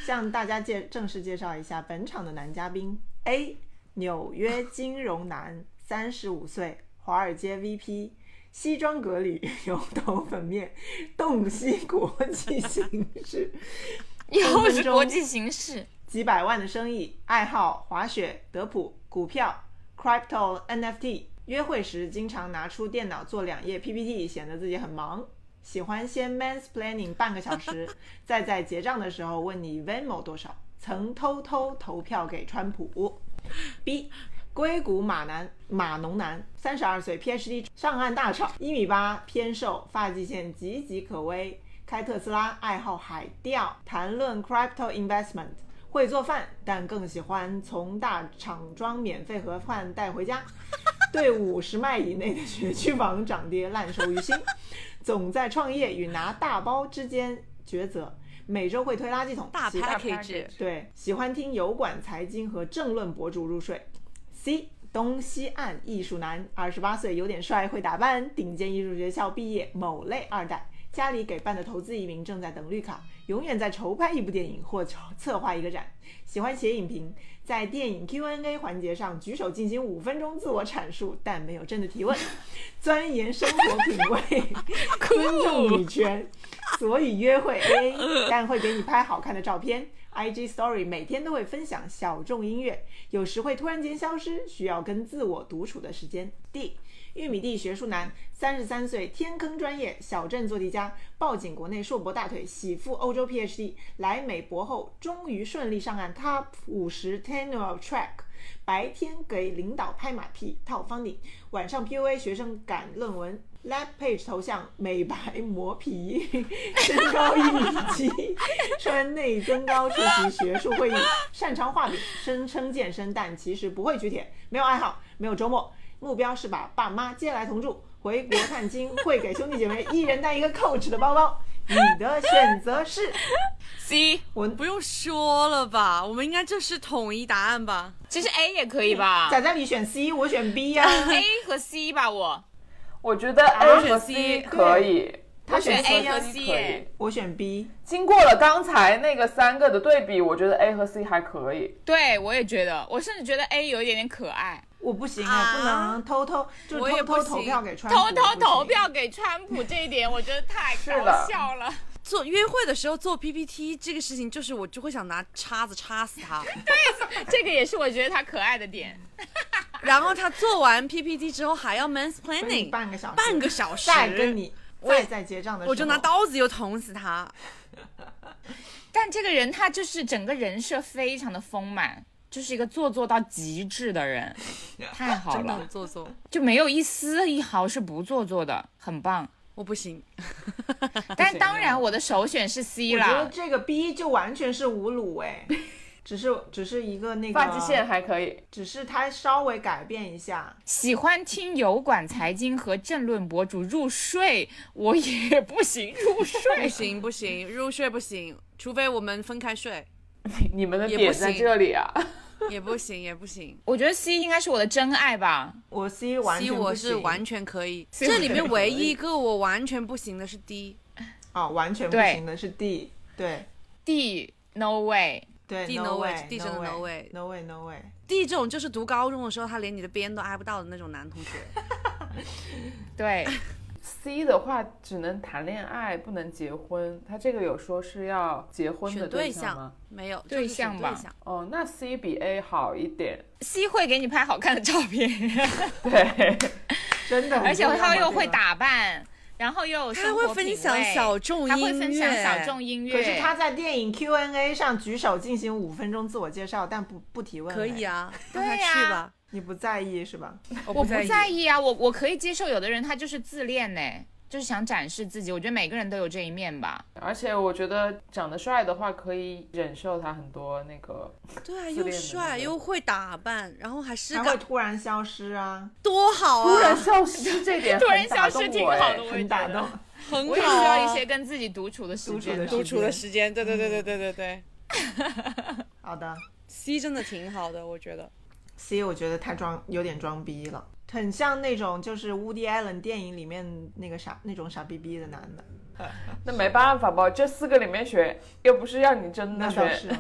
Speaker 1: 向大家介正式介绍一下本场的男嘉宾 A 纽约金融男，三十五岁，华尔街 VP。西装革履， 油头粉面，洞悉国际形势，
Speaker 3: 又是国际形势，
Speaker 1: 几百万的生意，爱好滑雪、德普、股票、crypto、NFT。约会时经常拿出电脑做两页 PPT，显得自己很忙。喜欢先 mansplaining 半个小时，再在结账的时候问你 Venmo 多少。曾偷偷投票给川普。B 硅谷马男马农男，三十二岁，PhD，上岸大厂，一米八，偏瘦，发际线岌岌可危，开特斯拉，爱好海钓，谈论 crypto investment，会做饭，但更喜欢从大厂装免费盒饭带回家。对五十迈以内的学区房涨跌烂熟于心，总在创业与拿大包之间抉择，每周会推垃圾桶，
Speaker 4: 大
Speaker 1: 喜
Speaker 4: package，
Speaker 1: 对，喜欢听油管财经和政论博主入睡。C 东西岸艺术男，二十八岁，有点帅，会打扮，顶尖艺术学校毕业，某类二代，家里给办的投资移民，正在等绿卡，永远在筹拍一部电影或筹 策划一个展，喜欢写影评，在电影 Q&A 环节上举手进行五分钟自我阐述，但没有真的提问， 钻研生活品味，尊重女权，所以约会 A A，但会给你拍好看的照片。IG Story 每天都会分享小众音乐，有时会突然间消失，需要跟自我独处的时间。D 玉米地学术男，三十三岁，天坑专业，小镇做题家，抱紧国内硕博大腿，喜赴欧洲 PhD，来美博后终于顺利上岸 Top 五十 Tenure Track。白天给领导拍马屁套方顶，晚上 PUA 学生赶论文，Lab Page 头像美白磨皮， 身高一米七，穿内增高出席学术会议，擅长画饼，声称健身，但其实不会举铁，没有爱好，没有周末，目标是把爸妈接来同住，回国探亲，会给兄弟姐妹一人带一个 Coach 的包包。你的选择 是
Speaker 3: C，
Speaker 1: 我
Speaker 4: 不用说了吧，我们应该就是统一答案吧？
Speaker 3: 其实 A 也可以 吧
Speaker 1: 仔仔，你选 C，我选 B 呀、
Speaker 3: ？A 和 C 吧，我
Speaker 2: 我觉得 A 和
Speaker 4: 选
Speaker 2: C
Speaker 4: C，
Speaker 2: 可以，
Speaker 1: 他
Speaker 3: 选
Speaker 1: 选 C
Speaker 3: A
Speaker 1: 呀、
Speaker 3: 和
Speaker 2: 可
Speaker 3: C
Speaker 2: 以
Speaker 3: 耶。
Speaker 1: 我选 B。
Speaker 2: 经过了刚才那个三个的对比，我觉得 A 和 C 还可以。
Speaker 3: 对，我也觉得，我甚至觉得 A 有一点点可爱，
Speaker 1: 我不行
Speaker 4: 啊
Speaker 1: 不能偷偷就
Speaker 4: 我
Speaker 1: 是
Speaker 4: 也
Speaker 1: 偷偷
Speaker 4: 不行
Speaker 1: 投票给川普，
Speaker 3: 偷偷
Speaker 1: 不行
Speaker 3: 投。票给川普这一点，我觉得太
Speaker 2: 是
Speaker 3: 搞
Speaker 2: 的
Speaker 3: 笑了。
Speaker 4: 做约会的时候做 PPT 这个事情，就是我就会想拿叉子插死他。
Speaker 3: 这个也是我觉得他可爱的点。
Speaker 4: 然后他做完 PPT 之后还要
Speaker 1: 给你
Speaker 4: mansplaining
Speaker 1: 半个小时，
Speaker 4: 半个小时，
Speaker 1: 再跟你
Speaker 4: 我
Speaker 1: 再在结账的时候，
Speaker 4: 我就拿。刀子又捅死他。
Speaker 3: 但这个人他就是整个人设非常的丰满，就是一个做作到极致的人，太好
Speaker 4: 真的
Speaker 3: 了
Speaker 4: 很，做作，
Speaker 3: 就没有一丝一毫是不做作的，很棒。
Speaker 4: 我不行。
Speaker 3: 但当然我的首选是 C
Speaker 1: 我觉得
Speaker 3: 啦，
Speaker 1: 这个 B 就完全是侮辱 哎，只是只是一个那个
Speaker 2: 发际线，还可以，
Speaker 1: 只是他稍微改变一下，
Speaker 3: 喜欢听油管财经和政论博主入睡，我也不行入
Speaker 4: 不
Speaker 3: 睡。
Speaker 4: 行不行，入睡不行，除非我们分开睡，
Speaker 2: 你们的
Speaker 4: 也
Speaker 2: 点
Speaker 4: 不行
Speaker 2: 在这里啊。
Speaker 4: 也不行也不行。
Speaker 3: 我觉得 C 应该是我的真爱吧，
Speaker 1: 我 C 完
Speaker 4: C
Speaker 1: 全
Speaker 4: 我
Speaker 1: 不
Speaker 4: 是
Speaker 1: 行，
Speaker 4: 完全可以，
Speaker 3: C 我
Speaker 4: 这
Speaker 3: 可以
Speaker 4: 里面唯一一个我完全不行的是 D，
Speaker 1: 啊完全不
Speaker 3: 对
Speaker 1: 行的是 D，对
Speaker 3: D no way，
Speaker 1: 对
Speaker 4: D
Speaker 1: no
Speaker 4: no way，
Speaker 1: way
Speaker 4: D 真的 no way
Speaker 1: no way no way，
Speaker 4: D 这种就是读高中的时候他连你的边都挨不到的那种男同学。
Speaker 3: 对
Speaker 2: C 的话只能谈恋爱，不能结婚。他这个有说是要结婚的
Speaker 4: 选对
Speaker 2: 象吗？
Speaker 4: 没有
Speaker 3: 对
Speaker 4: 就是选
Speaker 3: 象吧
Speaker 4: 对象
Speaker 2: 哦，那 C 比 A 好一点。
Speaker 3: C 会给你拍好看的照片，
Speaker 2: 对，
Speaker 1: 真的很重要吗，
Speaker 3: 而且他又
Speaker 1: 这个
Speaker 3: 会打扮，然后又有
Speaker 4: 他
Speaker 3: 生
Speaker 4: 会
Speaker 3: 活品
Speaker 4: 分
Speaker 3: 味，
Speaker 4: 享小众
Speaker 3: 他
Speaker 4: 音乐，
Speaker 3: 会分享小众音乐。
Speaker 1: 可是他在电影 Q&A 上举手进行五分钟自我介绍，但不不提问。
Speaker 4: 可以
Speaker 1: 啊，
Speaker 4: 啊，让他
Speaker 3: 对呀
Speaker 4: 去吧。
Speaker 1: 你不在意是吧？
Speaker 3: 我不在
Speaker 4: 意，
Speaker 3: 意啊，我我可以接受，有的人他就是自恋呢，就是想展示自己。我觉得每个人都有这一面吧。
Speaker 2: 而且我觉得长得帅的话，可以忍受他很多那个，
Speaker 4: 对啊，
Speaker 2: 自
Speaker 4: 又
Speaker 2: 恋的那
Speaker 4: 帅
Speaker 2: 种
Speaker 4: 又会打扮，然后还是
Speaker 1: 他会
Speaker 4: 个
Speaker 1: 突然消失啊，
Speaker 4: 多好
Speaker 2: 突然
Speaker 4: 啊，
Speaker 2: 消失这点
Speaker 3: 突然
Speaker 2: 很打
Speaker 3: 消失
Speaker 2: 动
Speaker 3: 挺
Speaker 2: 我哎
Speaker 3: 好的我也
Speaker 1: 很
Speaker 3: 觉
Speaker 1: 打
Speaker 3: 得
Speaker 1: 动。
Speaker 4: 很
Speaker 3: 我也需
Speaker 4: 好啊嗯
Speaker 3: 要一些跟自己独处的时
Speaker 1: 独处
Speaker 3: 间
Speaker 1: 的
Speaker 3: 的。
Speaker 1: 时间
Speaker 4: 时间。对对对对对对对
Speaker 1: 好的
Speaker 4: ，C 真的挺好的，我觉得。
Speaker 1: ，C 我觉得太装，有点装逼了，很像那种就是 Woody Allen 电影里面那个傻那种傻逼逼的男的。
Speaker 2: 那没办法吧，这四个里面选，又不是让你真
Speaker 1: 那
Speaker 2: 的
Speaker 1: 倒是啊
Speaker 2: 选。
Speaker 1: 了，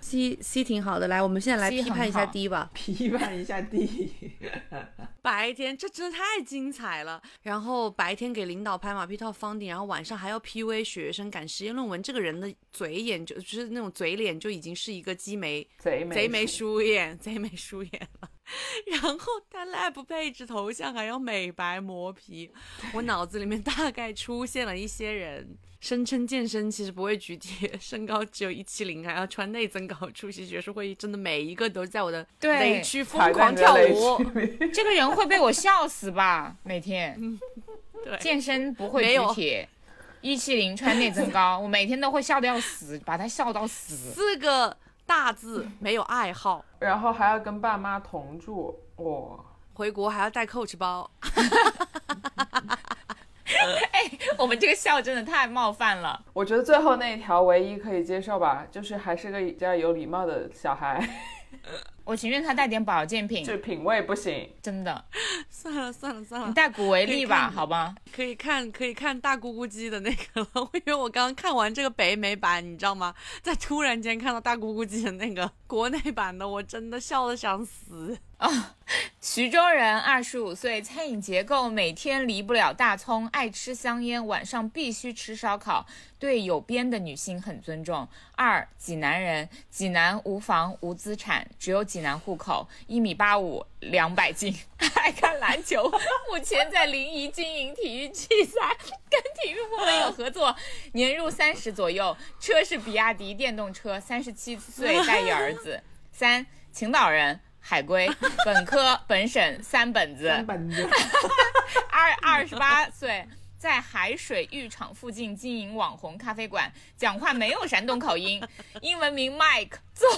Speaker 4: C C 挺好的，来，我们现在来
Speaker 3: C
Speaker 4: 批判一
Speaker 3: 很
Speaker 4: 下
Speaker 3: 好
Speaker 4: D 吧。
Speaker 1: 批判一下 D。
Speaker 4: 白天这真的太精彩了，然后白天给领导拍马屁套方顶，然后晚上还要 PUA 学生赶实验论文，这个人的嘴眼就就是那种嘴脸就已经是一个鸡眉
Speaker 2: 贼眉
Speaker 4: 贼眉鼠眼贼眉鼠眼了。然后他 lab 配置头像还要美白磨皮，我脑子里面大概出现了一些人，声称健身其实不会举铁，身高只有一七零，还要穿内增高出席学术会议，真的每一个都在我的
Speaker 3: 对
Speaker 4: 雷区疯
Speaker 2: 踩在
Speaker 4: 狂
Speaker 2: 你
Speaker 4: 跳
Speaker 2: 的雷
Speaker 4: 舞。
Speaker 2: 区里
Speaker 3: 这个人会被我笑死吧？每天
Speaker 4: 对，
Speaker 3: 健身不会
Speaker 4: 没有
Speaker 3: 举铁，一七零穿内增高，我每天都会笑得要死，把他笑到死。
Speaker 4: 四个大字，没有爱好，
Speaker 2: 然后还要跟爸妈同住，哇，
Speaker 4: 回国还要带 Coach 包，
Speaker 3: 我们这个笑真的太冒犯了。
Speaker 2: 我觉得最后那一条唯一可以接受吧，就是还是个比较有礼貌的小孩，
Speaker 3: 我情愿他带点保健品
Speaker 2: 就，品味不行。
Speaker 3: 真的。
Speaker 4: 算了算了算
Speaker 3: 你
Speaker 4: 了，
Speaker 3: 带古为例
Speaker 4: 可以
Speaker 3: 吧，
Speaker 4: 看
Speaker 3: 好吧？
Speaker 4: 可以看可以看大咕咕鸡的那个了，因为我刚刚看完这个北美版，你知道吗？在突然间看到大咕咕鸡的那个国内版的，我真的笑的想死。
Speaker 3: 徐州人，二十五岁，餐饮结构，每天离不了大葱，爱吃香烟，晚上必须吃烧烤，对有边的女性很尊重。二，济南人，济南无房无资产，只有济南户口，一米八五，两百斤， 爱看篮球，目前在临沂经营体育器材，跟体育部门有合作，年入三十左右，车是比亚迪电动车，三十七岁，带一儿子。三，青岛人，海归，本科、本省三本子，
Speaker 1: 三本子，
Speaker 3: 二二十八岁，在海水浴场附近经营网红咖啡馆，讲话没有山东口音，英文名 Mike，座右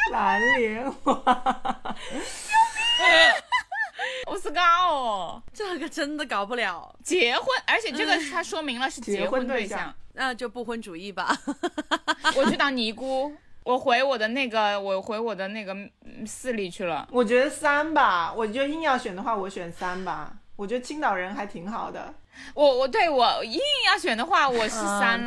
Speaker 3: 铭
Speaker 1: 蓝莲花。
Speaker 3: 是我是高哦，
Speaker 4: 这个真的搞不了，
Speaker 3: 结婚，而且这个他说明了是结婚对
Speaker 1: 结婚
Speaker 3: 象。
Speaker 4: 那就不婚主义吧。
Speaker 3: 我去当尼姑，我回我的那个，我回我的那个嗯寺里去了。
Speaker 1: 我觉得三吧，我觉得硬要选的话，我选三吧。我觉得青岛人还挺好的，
Speaker 3: 我我对我硬要选的话，我是三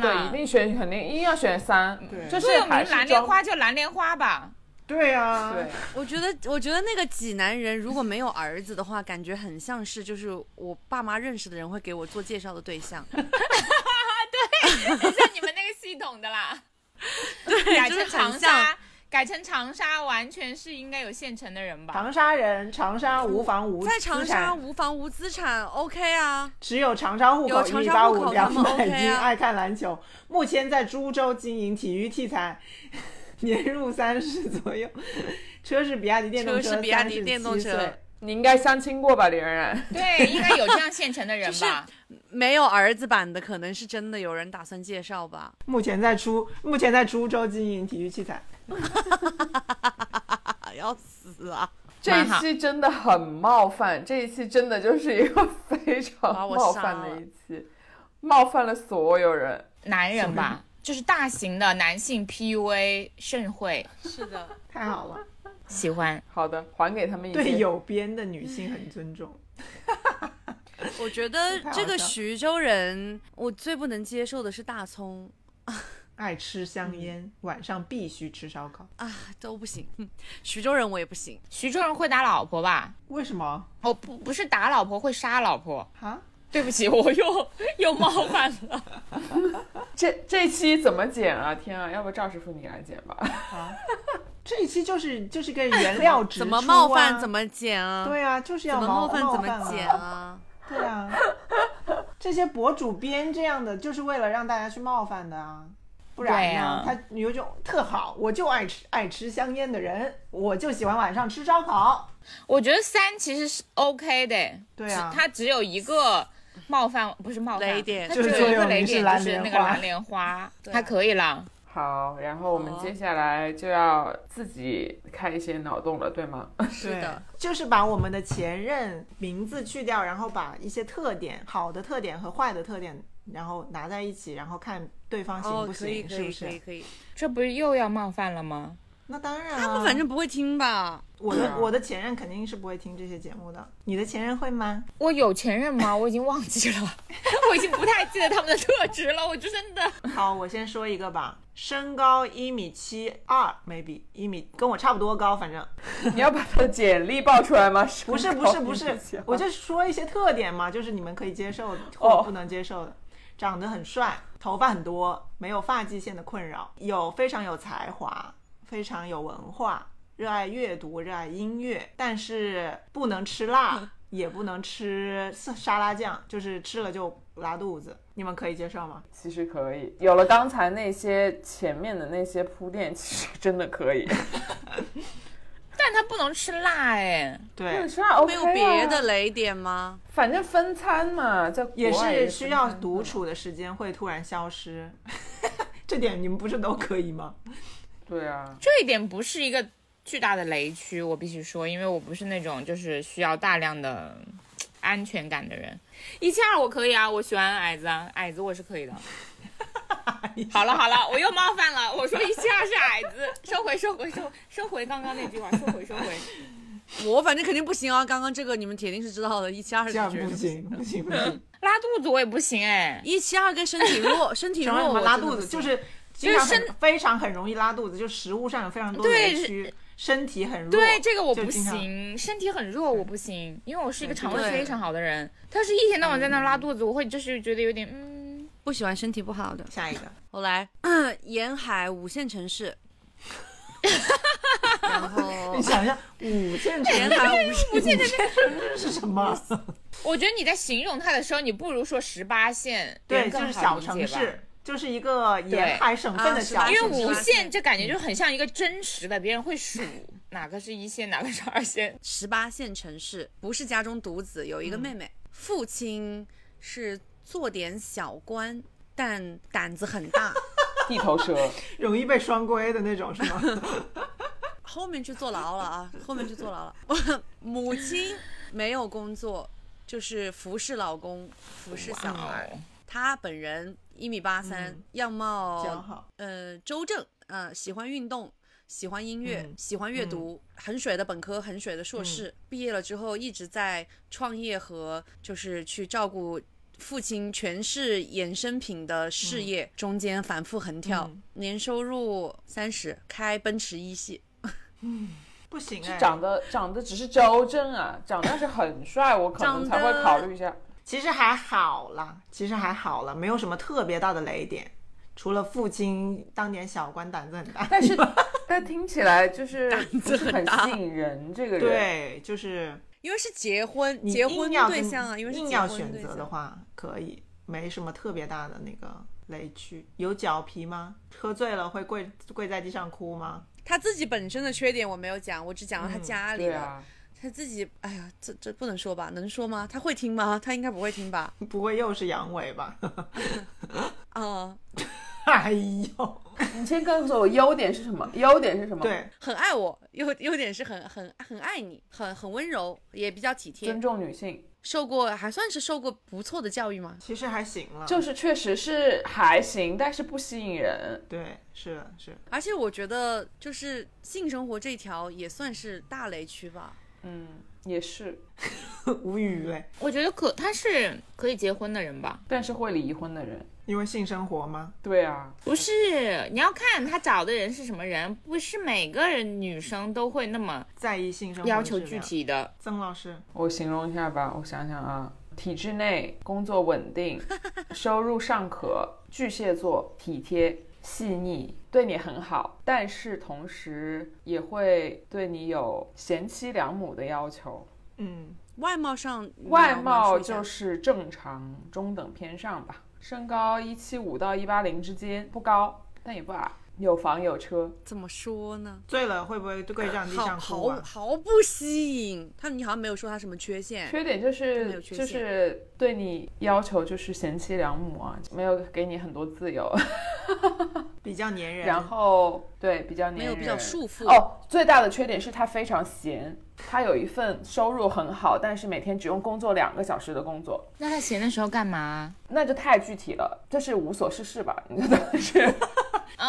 Speaker 2: 嗯
Speaker 3: 了。
Speaker 2: 对，一定选，肯定硬要选三，就是
Speaker 3: 座右铭
Speaker 2: 还是
Speaker 3: 蓝莲
Speaker 2: 装
Speaker 3: 花就蓝莲花吧。
Speaker 1: 对啊，
Speaker 2: 对，
Speaker 4: 我觉得，我觉得那个济南人如果没有儿子的话，感觉很像是就是我爸妈认识的人会给我做介绍的对 象。
Speaker 3: 很像你们那个系统的啦。改
Speaker 4: 就是
Speaker 3: 成
Speaker 4: 很
Speaker 3: 长
Speaker 4: 像
Speaker 3: 沙，改成长沙完全是应该有现成的人吧？
Speaker 1: 长沙人，长沙无房无
Speaker 4: 在
Speaker 1: 资
Speaker 4: 长
Speaker 1: 产，
Speaker 4: 沙无房无资产，OK 啊。
Speaker 1: 只有长沙户
Speaker 4: 有
Speaker 1: 口一
Speaker 4: 长
Speaker 1: 米
Speaker 4: 沙
Speaker 1: 八
Speaker 4: 户
Speaker 1: 五
Speaker 4: 口他
Speaker 1: 两
Speaker 4: 们
Speaker 1: 百
Speaker 4: OK 啊
Speaker 1: 斤，爱看篮球，目前在株洲经营体育器材， 年入三十左右，车是比亚迪电动
Speaker 4: 车是比亚迪
Speaker 1: 37
Speaker 4: 电动车
Speaker 1: 岁
Speaker 2: 你应该相亲过吧，李冉冉。
Speaker 3: 对，应该有这样现成的 人吧？
Speaker 4: 没有儿子版的，可能是真的有人打算介绍吧。
Speaker 1: 目前在株目前在株洲经营体育器材，
Speaker 4: 啊，要死啊！
Speaker 2: 这一期真的很冒犯，这一期真的就是一个非常
Speaker 4: 把我
Speaker 2: 冒
Speaker 4: 杀
Speaker 2: 犯
Speaker 4: 了
Speaker 2: 的一期，冒犯了所有人。
Speaker 3: 男人吧，就是大型的男性 PUA 盛会，
Speaker 4: 是的，
Speaker 1: 太好了，
Speaker 3: 喜欢。
Speaker 2: 好的，还给他
Speaker 4: 嗯
Speaker 2: 们一些
Speaker 1: 对有边的女性很尊重。
Speaker 4: 我觉得
Speaker 1: 太好
Speaker 4: 这个
Speaker 1: 笑了
Speaker 4: 徐州人，我最不能接受的是大葱
Speaker 1: 爱吃香烟，
Speaker 4: 嗯
Speaker 1: 晚上必须吃烧烤。
Speaker 4: 啊，都不行。 哼徐州人我也不行，
Speaker 3: 徐州人会打老婆吧？
Speaker 1: 为什么？
Speaker 3: 哦，不，不是打老婆，会杀老婆。
Speaker 1: 哈，
Speaker 3: 对 不起，我又又冒犯了。
Speaker 2: 这这期怎么剪啊？天啊，要不赵师傅你来剪吧？
Speaker 1: 这一期就是就是 个原料指、
Speaker 4: 怎么冒犯怎？么剪啊？
Speaker 1: 对啊，就是
Speaker 4: 怎
Speaker 1: 要
Speaker 4: 么
Speaker 1: 冒
Speaker 4: 冒犯怎么
Speaker 1: 啊
Speaker 4: 剪啊？
Speaker 1: 对啊，这些博主编这样的，就是为了让大家去冒犯的啊，不然
Speaker 3: 对
Speaker 1: 呢，
Speaker 3: 啊
Speaker 1: 他有种特好，我就爱吃爱吃香烟的人，我就喜欢晚上吃烧烤。
Speaker 3: 我觉得三其实是 OK 的，
Speaker 1: 对啊
Speaker 3: 只它只有一个冒犯，不是冒犯，
Speaker 4: 雷点
Speaker 3: 它
Speaker 1: 就
Speaker 3: 只
Speaker 1: 是
Speaker 3: 有
Speaker 1: 作
Speaker 3: 一个
Speaker 1: 用
Speaker 3: 雷
Speaker 1: 于
Speaker 3: 点，
Speaker 1: 是
Speaker 3: 就
Speaker 1: 蓝
Speaker 3: 是
Speaker 1: 莲
Speaker 3: 那个
Speaker 1: 花
Speaker 3: 蓝莲花，
Speaker 4: 对啊
Speaker 3: 还可以啦。
Speaker 2: 好，然后我们
Speaker 4: 好啊
Speaker 2: 接下来就要自己开一些脑洞了，对吗？
Speaker 4: 是的，
Speaker 1: 就是把我们的前任名字去掉，然后把一些特点，好的特点和坏的特点，然后拿在一起，然后看对方行
Speaker 4: 哦，
Speaker 1: 不
Speaker 4: 可以
Speaker 1: 行，
Speaker 4: 可
Speaker 1: 是嗯不
Speaker 4: 以可以
Speaker 1: 是？
Speaker 4: 可以，
Speaker 3: 这不是又要冒犯了吗？
Speaker 1: 那当然、啊，
Speaker 4: 他们反正嗯不会听吧？
Speaker 1: 我
Speaker 2: 对啊
Speaker 1: 的我的前任肯定是不会听这些节目的，你的前任会吗？
Speaker 3: 我有前任吗？我已经忘记了， 我已经不太记得他们的特质了。我就真的，
Speaker 1: 好，我先说一个吧，身高一米七二，maybe 一米跟我差不多高，反正
Speaker 2: 你要把他的简历爆出来吗？
Speaker 1: 不是不是不是，我就说一些特点嘛，就是你们可以接受的或者
Speaker 2: 哦
Speaker 1: 不能接受的。长得很帅，头发很多，没有发际线的困扰，有非常有才华，非常有文化，热爱阅读，热爱音乐，但是不能吃辣，也不能吃 沙拉酱，就是吃了就拉肚子。你们可以接受吗？
Speaker 2: 其实可以，有了刚才那些前面的那些铺垫，其实真的可以。
Speaker 3: 但他不能吃辣哎，
Speaker 1: 对，
Speaker 2: 吃饭 OK
Speaker 4: 没有
Speaker 2: 啊
Speaker 4: 别的，雷点吗？
Speaker 2: 反正分餐嘛，在国
Speaker 1: 也
Speaker 2: 外
Speaker 1: 是
Speaker 2: 分嗯
Speaker 1: 需要
Speaker 2: 餐
Speaker 1: 独处的时间会突然消失， 这点你们不是都可以吗？
Speaker 2: 对啊，
Speaker 3: 这一点不是一个巨大的雷区，我必须说，因为我不是那种就是需要大量的嘖安全感的人。一七二我可以啊，我喜欢矮子啊，矮子我是可以的。好了好了，我又冒犯了，我说一七二是矮子，收回收回收收回刚刚那句话，收回收回。
Speaker 4: 我反正肯定不行啊！刚刚这个你们铁定是知道的，一七二是
Speaker 1: 这样
Speaker 4: 绝对
Speaker 1: 不行，不行，不行。
Speaker 3: 拉肚子我也不行哎，
Speaker 4: 一七二跟身体 弱，身体
Speaker 1: 什
Speaker 4: 弱
Speaker 1: 么什么
Speaker 4: 我
Speaker 1: 拉
Speaker 4: 真的
Speaker 1: 肚
Speaker 4: 不
Speaker 1: 子，
Speaker 4: 行
Speaker 1: 就是经
Speaker 3: 是
Speaker 1: 常很
Speaker 3: 身
Speaker 1: 非常很容易拉肚子，就食物上有非常多的
Speaker 3: 对
Speaker 1: 雷区，身体很弱。
Speaker 3: 对这个我
Speaker 1: 就
Speaker 3: 不
Speaker 1: 经常嗯
Speaker 3: 行，身体很弱我不行，因为我是一个肠胃
Speaker 4: 对
Speaker 3: 非常好的人，但是一天到晚在那拉肚子，我会就是觉得有点嗯，
Speaker 4: 不喜欢身体不好的。
Speaker 1: 下一个，
Speaker 4: 我来， 沿海五线 城市，然后
Speaker 1: 你想一下，五线城
Speaker 4: 沿
Speaker 1: 市
Speaker 4: 海哦五线，
Speaker 1: 是什么？
Speaker 3: 我觉得你在形容它的时候，你不如说十八线，
Speaker 1: 对，
Speaker 3: 人
Speaker 1: 就
Speaker 3: 更
Speaker 1: 是
Speaker 3: 好
Speaker 1: 小
Speaker 3: 理
Speaker 1: 城
Speaker 3: 解吧。
Speaker 1: 市，就是一个沿
Speaker 3: 对
Speaker 1: 海省份
Speaker 4: 啊
Speaker 1: 的
Speaker 4: 是
Speaker 1: 小
Speaker 4: 吧
Speaker 1: 城
Speaker 3: 因
Speaker 1: 市。嗯
Speaker 3: 为
Speaker 4: 是
Speaker 3: 五
Speaker 4: 吧
Speaker 3: 线这感觉就很像一个真实的，别人会数哪个是一线，哪个是 二线。
Speaker 4: 十八线城市，不是家中独子，有一个妹妹，父亲是做点小官，但胆子很大，
Speaker 2: 地头蛇，
Speaker 1: 容易被双规的那种，是吗？
Speaker 4: 后面去坐牢了啊，后面去坐牢了。 母亲没有工作，就是服侍老公，服侍小孩。
Speaker 3: 哦
Speaker 4: 她本人一米八
Speaker 1: 嗯
Speaker 4: 三、样
Speaker 1: 比较
Speaker 4: 貌
Speaker 1: 好。
Speaker 4: 呃周正，呃喜欢运动，喜欢音乐，
Speaker 1: 嗯
Speaker 4: 喜欢阅读，很水的本科，很水的硕士。毕业了之后一直在创业和就是去照顾父亲全是衍生品的事业，中间反复横跳，
Speaker 1: 嗯
Speaker 4: 年收入三十，开奔驰一系。
Speaker 1: 不行
Speaker 2: 是
Speaker 1: 哎，
Speaker 2: 长得长得只是周正啊，长得是很帅，我可能才会考虑一下。
Speaker 1: 其实还好啦，其实还好了，没有什么特别大的雷点，除了父亲当年小官胆子很 大。
Speaker 2: 但是但听起来就是不
Speaker 4: 子
Speaker 2: 是
Speaker 4: 很
Speaker 2: 很
Speaker 4: 大
Speaker 2: 吸引人，这个人。
Speaker 1: 对，就是
Speaker 4: 因为是结婚，
Speaker 1: 你
Speaker 4: 结
Speaker 1: 硬
Speaker 4: 婚
Speaker 1: 要
Speaker 4: 对
Speaker 1: 跟
Speaker 4: 象啊，因为是
Speaker 1: 硬
Speaker 4: 结
Speaker 1: 要
Speaker 4: 婚
Speaker 1: 选
Speaker 4: 对
Speaker 1: 择的
Speaker 4: 象。
Speaker 1: 话，可以没什么特别大的那个雷区。有脚皮吗？喝醉了会跪跪在地上哭吗？
Speaker 4: 他自己本身的缺点我没有讲，我只讲了他
Speaker 1: 嗯
Speaker 4: 家里
Speaker 2: 对
Speaker 4: 的。
Speaker 2: 啊，
Speaker 4: 他自己，哎呀，这这不能说吧？能说吗？他会听吗？他应该不会听吧？
Speaker 1: 不会又是阳痿吧？
Speaker 4: 啊、
Speaker 1: 哎呦，
Speaker 2: 你先告诉我优点是什么？优点是什么？，
Speaker 1: 对，
Speaker 4: 很爱我，优优点是很很很爱你，很很温柔，也比较体贴
Speaker 2: 尊，重女性，
Speaker 4: 受过还算是受过不错的教育嘛。
Speaker 1: 其实还行了。
Speaker 2: 就是确实是还行，但是不吸引人。
Speaker 1: 对，是的是的。
Speaker 4: 而且我觉得，就是性生活这一条也算是大雷区吧。
Speaker 2: 嗯，也是，
Speaker 1: 无语嘞，
Speaker 3: 我觉得可他是可以结婚的人吧？
Speaker 2: 但是会离婚的人。
Speaker 1: 因为性生活吗？
Speaker 2: 对啊，
Speaker 3: 不是，你要看他找的人是什么人，不是每个人女生都会那么
Speaker 1: 在意性生活
Speaker 3: 要
Speaker 1: 的
Speaker 3: 求
Speaker 1: 质
Speaker 3: 具
Speaker 1: 量。
Speaker 3: 体的。
Speaker 1: 曾老师，
Speaker 2: 我形容一下吧，我想想啊，体制内，工作稳定，收入尚可，巨蟹座，体贴。细腻，对你很好，但是同时也会对你有贤妻良母的要求。
Speaker 1: 嗯，
Speaker 4: 外貌上你
Speaker 2: 外
Speaker 4: 描
Speaker 2: 貌
Speaker 4: 述一下
Speaker 2: 就是正常中等偏上吧，身高一七五到一八零之间，不高但也不矮，有房有车，
Speaker 4: 怎么说呢？
Speaker 1: 醉了会不会跪仗地
Speaker 4: 好
Speaker 1: 上哭
Speaker 4: 好
Speaker 1: 啊？
Speaker 4: 毫不吸引他，你好像没有说他什么缺陷，
Speaker 2: 缺点就
Speaker 4: 没
Speaker 2: 是
Speaker 4: 嗯有缺
Speaker 2: 就
Speaker 4: 陷
Speaker 2: 是对你要求就是贤妻良母啊，没有给你很多自由，
Speaker 1: 比较粘人，
Speaker 2: 然后对比较粘人
Speaker 4: 没有比较束缚。
Speaker 2: 哦，最大的缺点是他非常闲，他有一份收入很好，但是每天只用工作两个小时的工作，
Speaker 3: 那他闲的时候干嘛
Speaker 2: 那就太具体了，就是无所事事吧？你觉得是？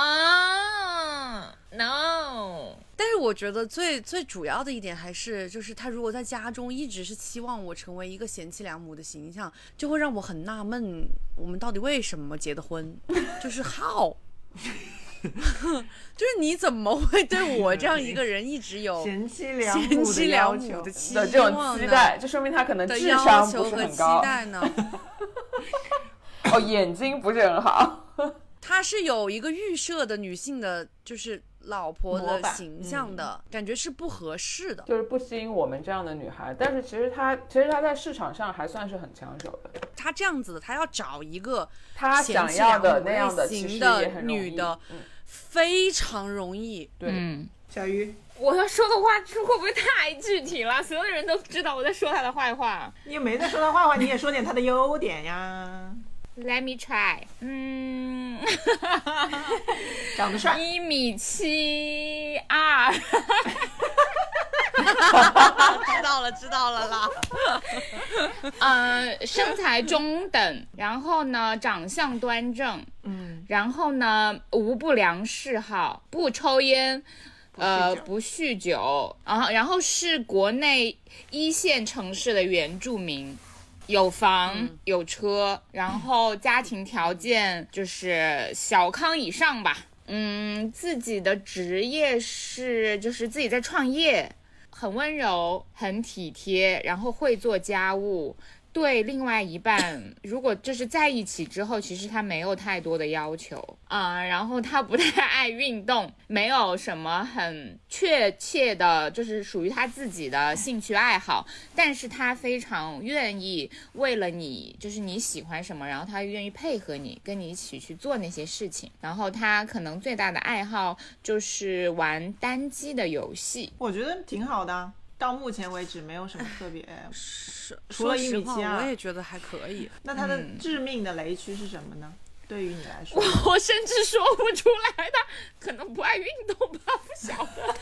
Speaker 3: 啊、n o
Speaker 4: 但是我觉得最最主要的一点还是，就是他如果在家中一直是期望我成为一个贤妻良母的形象，就会让我很纳闷，我们到底为什么结的婚？就是 how，就是你怎么会对我这样一个人一直 有
Speaker 1: 贤妻良母
Speaker 4: 贤妻良
Speaker 1: 要
Speaker 4: 母
Speaker 1: 求
Speaker 4: 的，期
Speaker 2: 的
Speaker 4: 望
Speaker 2: 这种期
Speaker 4: 呢
Speaker 2: 待，就说明他可能
Speaker 4: 的
Speaker 2: 智
Speaker 4: 要
Speaker 2: 商
Speaker 4: 求
Speaker 2: 不是
Speaker 4: 和
Speaker 2: 很
Speaker 4: 期
Speaker 2: 高，
Speaker 4: 待呢？
Speaker 2: 哦，眼睛不是很好。
Speaker 4: 她是有一个预设的女性的，就是老婆
Speaker 2: 模
Speaker 4: 的
Speaker 2: 板嗯
Speaker 4: 形象的、感觉是不合适的。
Speaker 2: 就是不吸引我们这样的女孩，但是其实她其实她在市场上还算是很抢手的，
Speaker 4: 她这样子的，她要找一个
Speaker 2: 她
Speaker 4: 贤
Speaker 2: 想
Speaker 4: 妻
Speaker 2: 要
Speaker 4: 良
Speaker 2: 的
Speaker 4: 母
Speaker 2: 那样的
Speaker 4: 类
Speaker 2: 其实
Speaker 4: 型
Speaker 2: 也
Speaker 4: 的
Speaker 2: 很容易
Speaker 4: 女的，
Speaker 2: 嗯
Speaker 4: 非常容易。
Speaker 2: 对，
Speaker 3: 嗯，
Speaker 1: 小鱼，
Speaker 3: 我要说的话会不会太具体了？所有人都知道我在说他的坏话。
Speaker 1: 你也没在说他坏话，你也说点他的优点呀，
Speaker 3: Let me try，嗯，
Speaker 1: 长得帅，
Speaker 3: 一米七二，
Speaker 4: 知道了，知道了啦。
Speaker 3: 呃，身材中等，然后呢，长相端正，
Speaker 1: 嗯，
Speaker 3: 然后呢，无不良嗜好，不抽烟，呃，
Speaker 1: 酒
Speaker 3: 不酗酒，然后然后是国内一线城市的原住民，有房、有车，然后家庭条件就是小康以上吧。嗯，自己的职业是就是自己在创业，很温柔，很体贴，然后会做家务。对另外一半，如果就是在一起之后，其实他没有太多的要求啊、然后他不太爱运动，没有什么很确切的，就是属于他自己的兴趣爱好，但是他非常愿意为了你，就是你喜欢什么，然后他愿意配合你，跟你一起去做那些事情。然后他可能最大的爱好就是玩单机的游戏，
Speaker 1: 我觉得挺好的啊。到目前为止没有什么特别。除
Speaker 4: 说
Speaker 1: 了一
Speaker 4: 实
Speaker 1: 米
Speaker 4: 话
Speaker 1: 七，二
Speaker 4: 我也觉得还可以。
Speaker 1: 那他的致命的雷区是什么呢？对于你来说，
Speaker 3: 我甚至说不出来，他可能不爱运动吧，不晓得。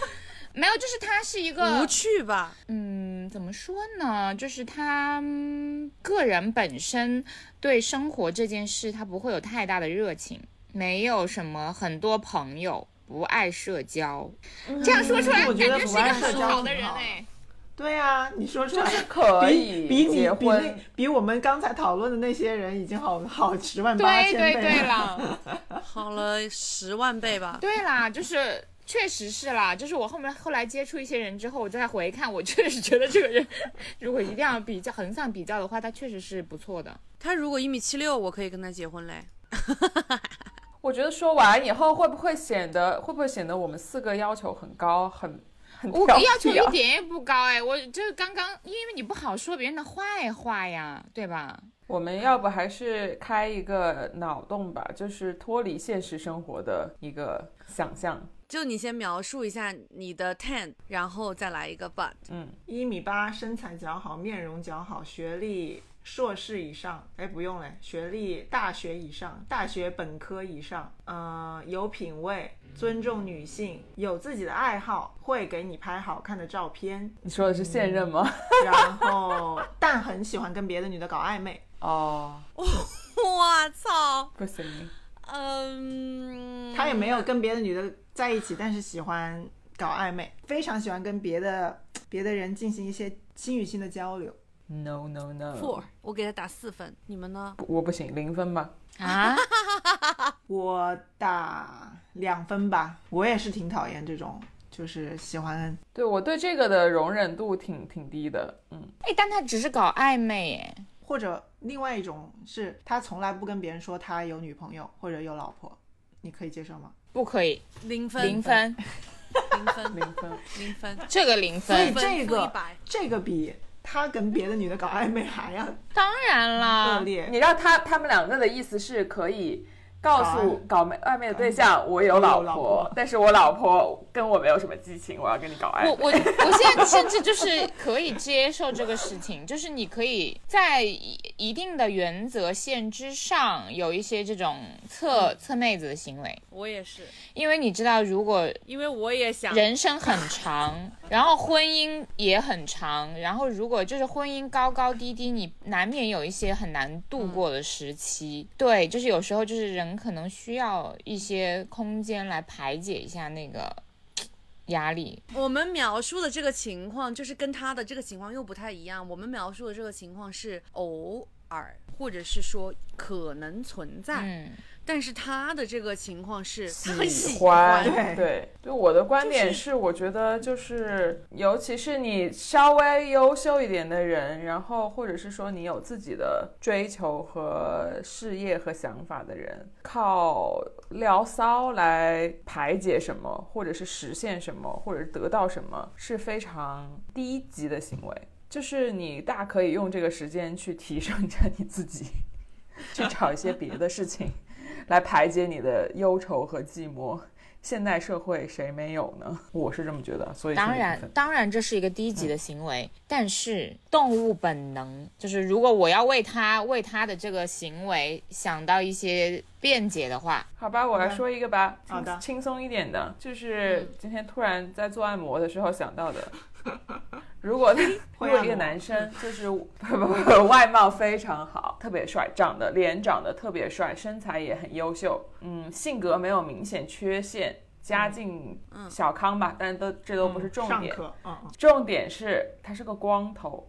Speaker 3: 没有，就是他是一
Speaker 4: 无
Speaker 3: 个，
Speaker 4: 趣吧？
Speaker 3: 嗯，怎么说呢？就是他嗯个人本身对生活这件事，他不会有太大的热情，没有什么很多朋友，不爱社交。这样说出来，
Speaker 1: 嗯我
Speaker 3: 感
Speaker 1: 觉得
Speaker 3: 是一
Speaker 1: 不
Speaker 3: 个
Speaker 1: 爱社
Speaker 3: 很
Speaker 1: 交
Speaker 3: 好
Speaker 1: 很
Speaker 3: 的人
Speaker 1: 好
Speaker 3: 哎。
Speaker 1: 对啊，你说出来
Speaker 2: 是可
Speaker 1: 比
Speaker 2: 以
Speaker 1: 比你
Speaker 2: 结
Speaker 1: 比那
Speaker 2: 婚
Speaker 1: 比我们刚才讨论的那些人已经好好十万八
Speaker 3: 对
Speaker 1: 千
Speaker 3: 对
Speaker 1: 倍
Speaker 3: 对
Speaker 1: 了。
Speaker 3: 了。
Speaker 4: 好了十万倍吧。
Speaker 3: 对啦，就是确实是啦，就是我后面后来接触一些人之后，我再回看，我确实觉得这个人如果一定要比较横向比较的话，他确实是不错的。
Speaker 4: 他如果一米七六，我可以跟他结婚嘞。
Speaker 2: 我觉得说完以后会不会显得会不会显得我们四个要求很高，很很
Speaker 3: 我
Speaker 2: 挑剔啊
Speaker 3: 要求一点也不高哎，我就是刚刚因为你不好说别人的坏话呀，对吧？
Speaker 2: 我们要不还是开一个脑洞吧，就是脱离现实生活的一个想象。
Speaker 4: 就你先描述一下你的 ten，然后再来一个 but。
Speaker 2: 嗯，
Speaker 1: 一米八，身材较好，面容较好，学历硕士以上，哎，不用嘞，学历大学以上，大学本科以上，呃，有品味，尊重女性，有自己的爱好，会给你拍好看的照片，
Speaker 2: 你说的是现任吗？
Speaker 3: 嗯
Speaker 1: 然后但很喜欢跟别的女的搞暧昧。
Speaker 2: 哦，
Speaker 4: 我操，
Speaker 2: 不行，
Speaker 4: 嗯，
Speaker 1: 他也没有跟别的女的在一起，但是喜欢搞暧昧，非常喜欢跟别的别的人进行一些心与心的交流。
Speaker 2: No no no，
Speaker 4: four，我给他打四分，你们呢？
Speaker 2: 我不行，零分吧。
Speaker 3: 啊，
Speaker 1: 我打两分吧，我也是挺讨厌这种，就是喜欢
Speaker 2: 对我对这个的容忍度挺挺低的，嗯，
Speaker 3: 哎，但他只是搞暧昧哎，
Speaker 1: 或者另外一种是他从来不跟别人说他有女朋友或者有老婆，你可以接受吗？
Speaker 3: 不可以，
Speaker 4: 零分，
Speaker 3: 零，分，
Speaker 4: 零分，
Speaker 2: 零分。
Speaker 4: 零分。
Speaker 3: 这个零
Speaker 1: 所以
Speaker 3: 分
Speaker 4: 分
Speaker 1: 这
Speaker 4: 负一
Speaker 1: 个
Speaker 4: 百
Speaker 1: 这个比他跟别的女的搞暧昧还要嗯
Speaker 3: 当然
Speaker 1: 恶
Speaker 3: 啦，
Speaker 1: 劣。
Speaker 2: 你让他他们两个的意思是可以告诉搞暧暧昧的对象，我有
Speaker 1: 我有
Speaker 2: 老
Speaker 1: 老
Speaker 2: 婆
Speaker 1: 婆，
Speaker 2: 但是我老婆跟我没有什么激情，我要跟你搞暧
Speaker 3: 我
Speaker 2: 昧。
Speaker 3: 我我现在甚至就是可以接受这个事情，就是你可以在一一定的原则线之上有一些这种测测妹子的行为，
Speaker 4: 我也是，
Speaker 3: 因为你知道，如果
Speaker 4: 因为我也想
Speaker 3: 人生很长，然后婚姻也很长，然后如果就是婚姻高高低低，你难免有一些很难度过的时期。对，就是有时候就是人可能需要一些空间来排解一下那个嘖压力。
Speaker 4: 我们描述的这个情况，就是跟他的这个情况又不太一样。我们描述的这个情况是偶尔，或者是说可能存在，
Speaker 3: 嗯，
Speaker 4: 但是他的这个情况是他很喜
Speaker 2: 欢
Speaker 4: 欢，
Speaker 1: 欢
Speaker 2: 对，就我的观点，
Speaker 4: 就是
Speaker 2: 我觉得就是，尤其是你稍微优秀一点的人，然后或者是说你有自己的追求和事业和想法的人，靠聊骚来排解什么，或者是实现什么，或者是得到什么，是非常低级的行为。就是你大可以用这个时间去提升一下你自己，去找一些别的事情来排解你的忧愁和寂寞。现代社会谁没有呢？我是这么觉得，所以
Speaker 3: 当
Speaker 2: 是
Speaker 3: 然，当然这是一个低
Speaker 1: 嗯
Speaker 3: 级的行为，但是动物本能就是，如果我要为它为它的这个行为想到一些辩解的话，
Speaker 2: 好吧，我来说一个吧，
Speaker 1: 好的嗯
Speaker 2: 轻轻松一点的，就是今天突然在做按摩的时候想到的。如果 如
Speaker 1: 会按摩嗯
Speaker 2: 果一个男生就是不 不不外貌非常好，特别帅，长得脸长得特别帅，身材也很优秀，嗯，性格没有明显缺陷，家境小康吧，但都这都不是
Speaker 1: 嗯
Speaker 2: 重
Speaker 1: 上
Speaker 2: 点，
Speaker 1: 课，嗯嗯，
Speaker 2: 重点是他是个光头，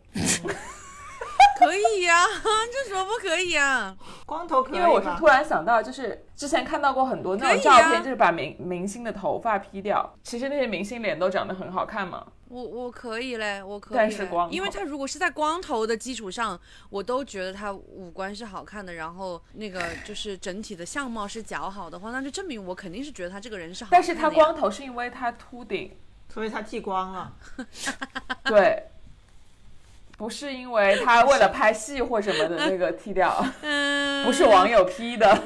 Speaker 4: 可以呀、 这什么不可以啊呀、
Speaker 1: 光头可以
Speaker 2: 因为我是
Speaker 1: 吧
Speaker 2: 突？然想到，就是之前看到过很多那
Speaker 4: 可
Speaker 2: 种
Speaker 4: 以
Speaker 2: 照片，
Speaker 4: 啊
Speaker 2: 就是把明明星的头发披掉，其实那些明星脸都长得很好看嘛。
Speaker 4: 我我可以嘞，我可以嘞，
Speaker 2: 但是光头
Speaker 4: 因为他如果是在光头的基础上，我都觉得他五官是好看的，然后那个就是整体的相貌是姣好的话，那就证明我肯定是觉得他这个人是好看
Speaker 2: 但
Speaker 4: 的
Speaker 2: 是
Speaker 4: 呀。
Speaker 2: 他光头是因为他秃 顶，
Speaker 1: 所以他剃光了，
Speaker 2: 对，不是因为他为了拍戏或什么的那个剃掉，
Speaker 4: 嗯，
Speaker 2: 不是网友 P 的。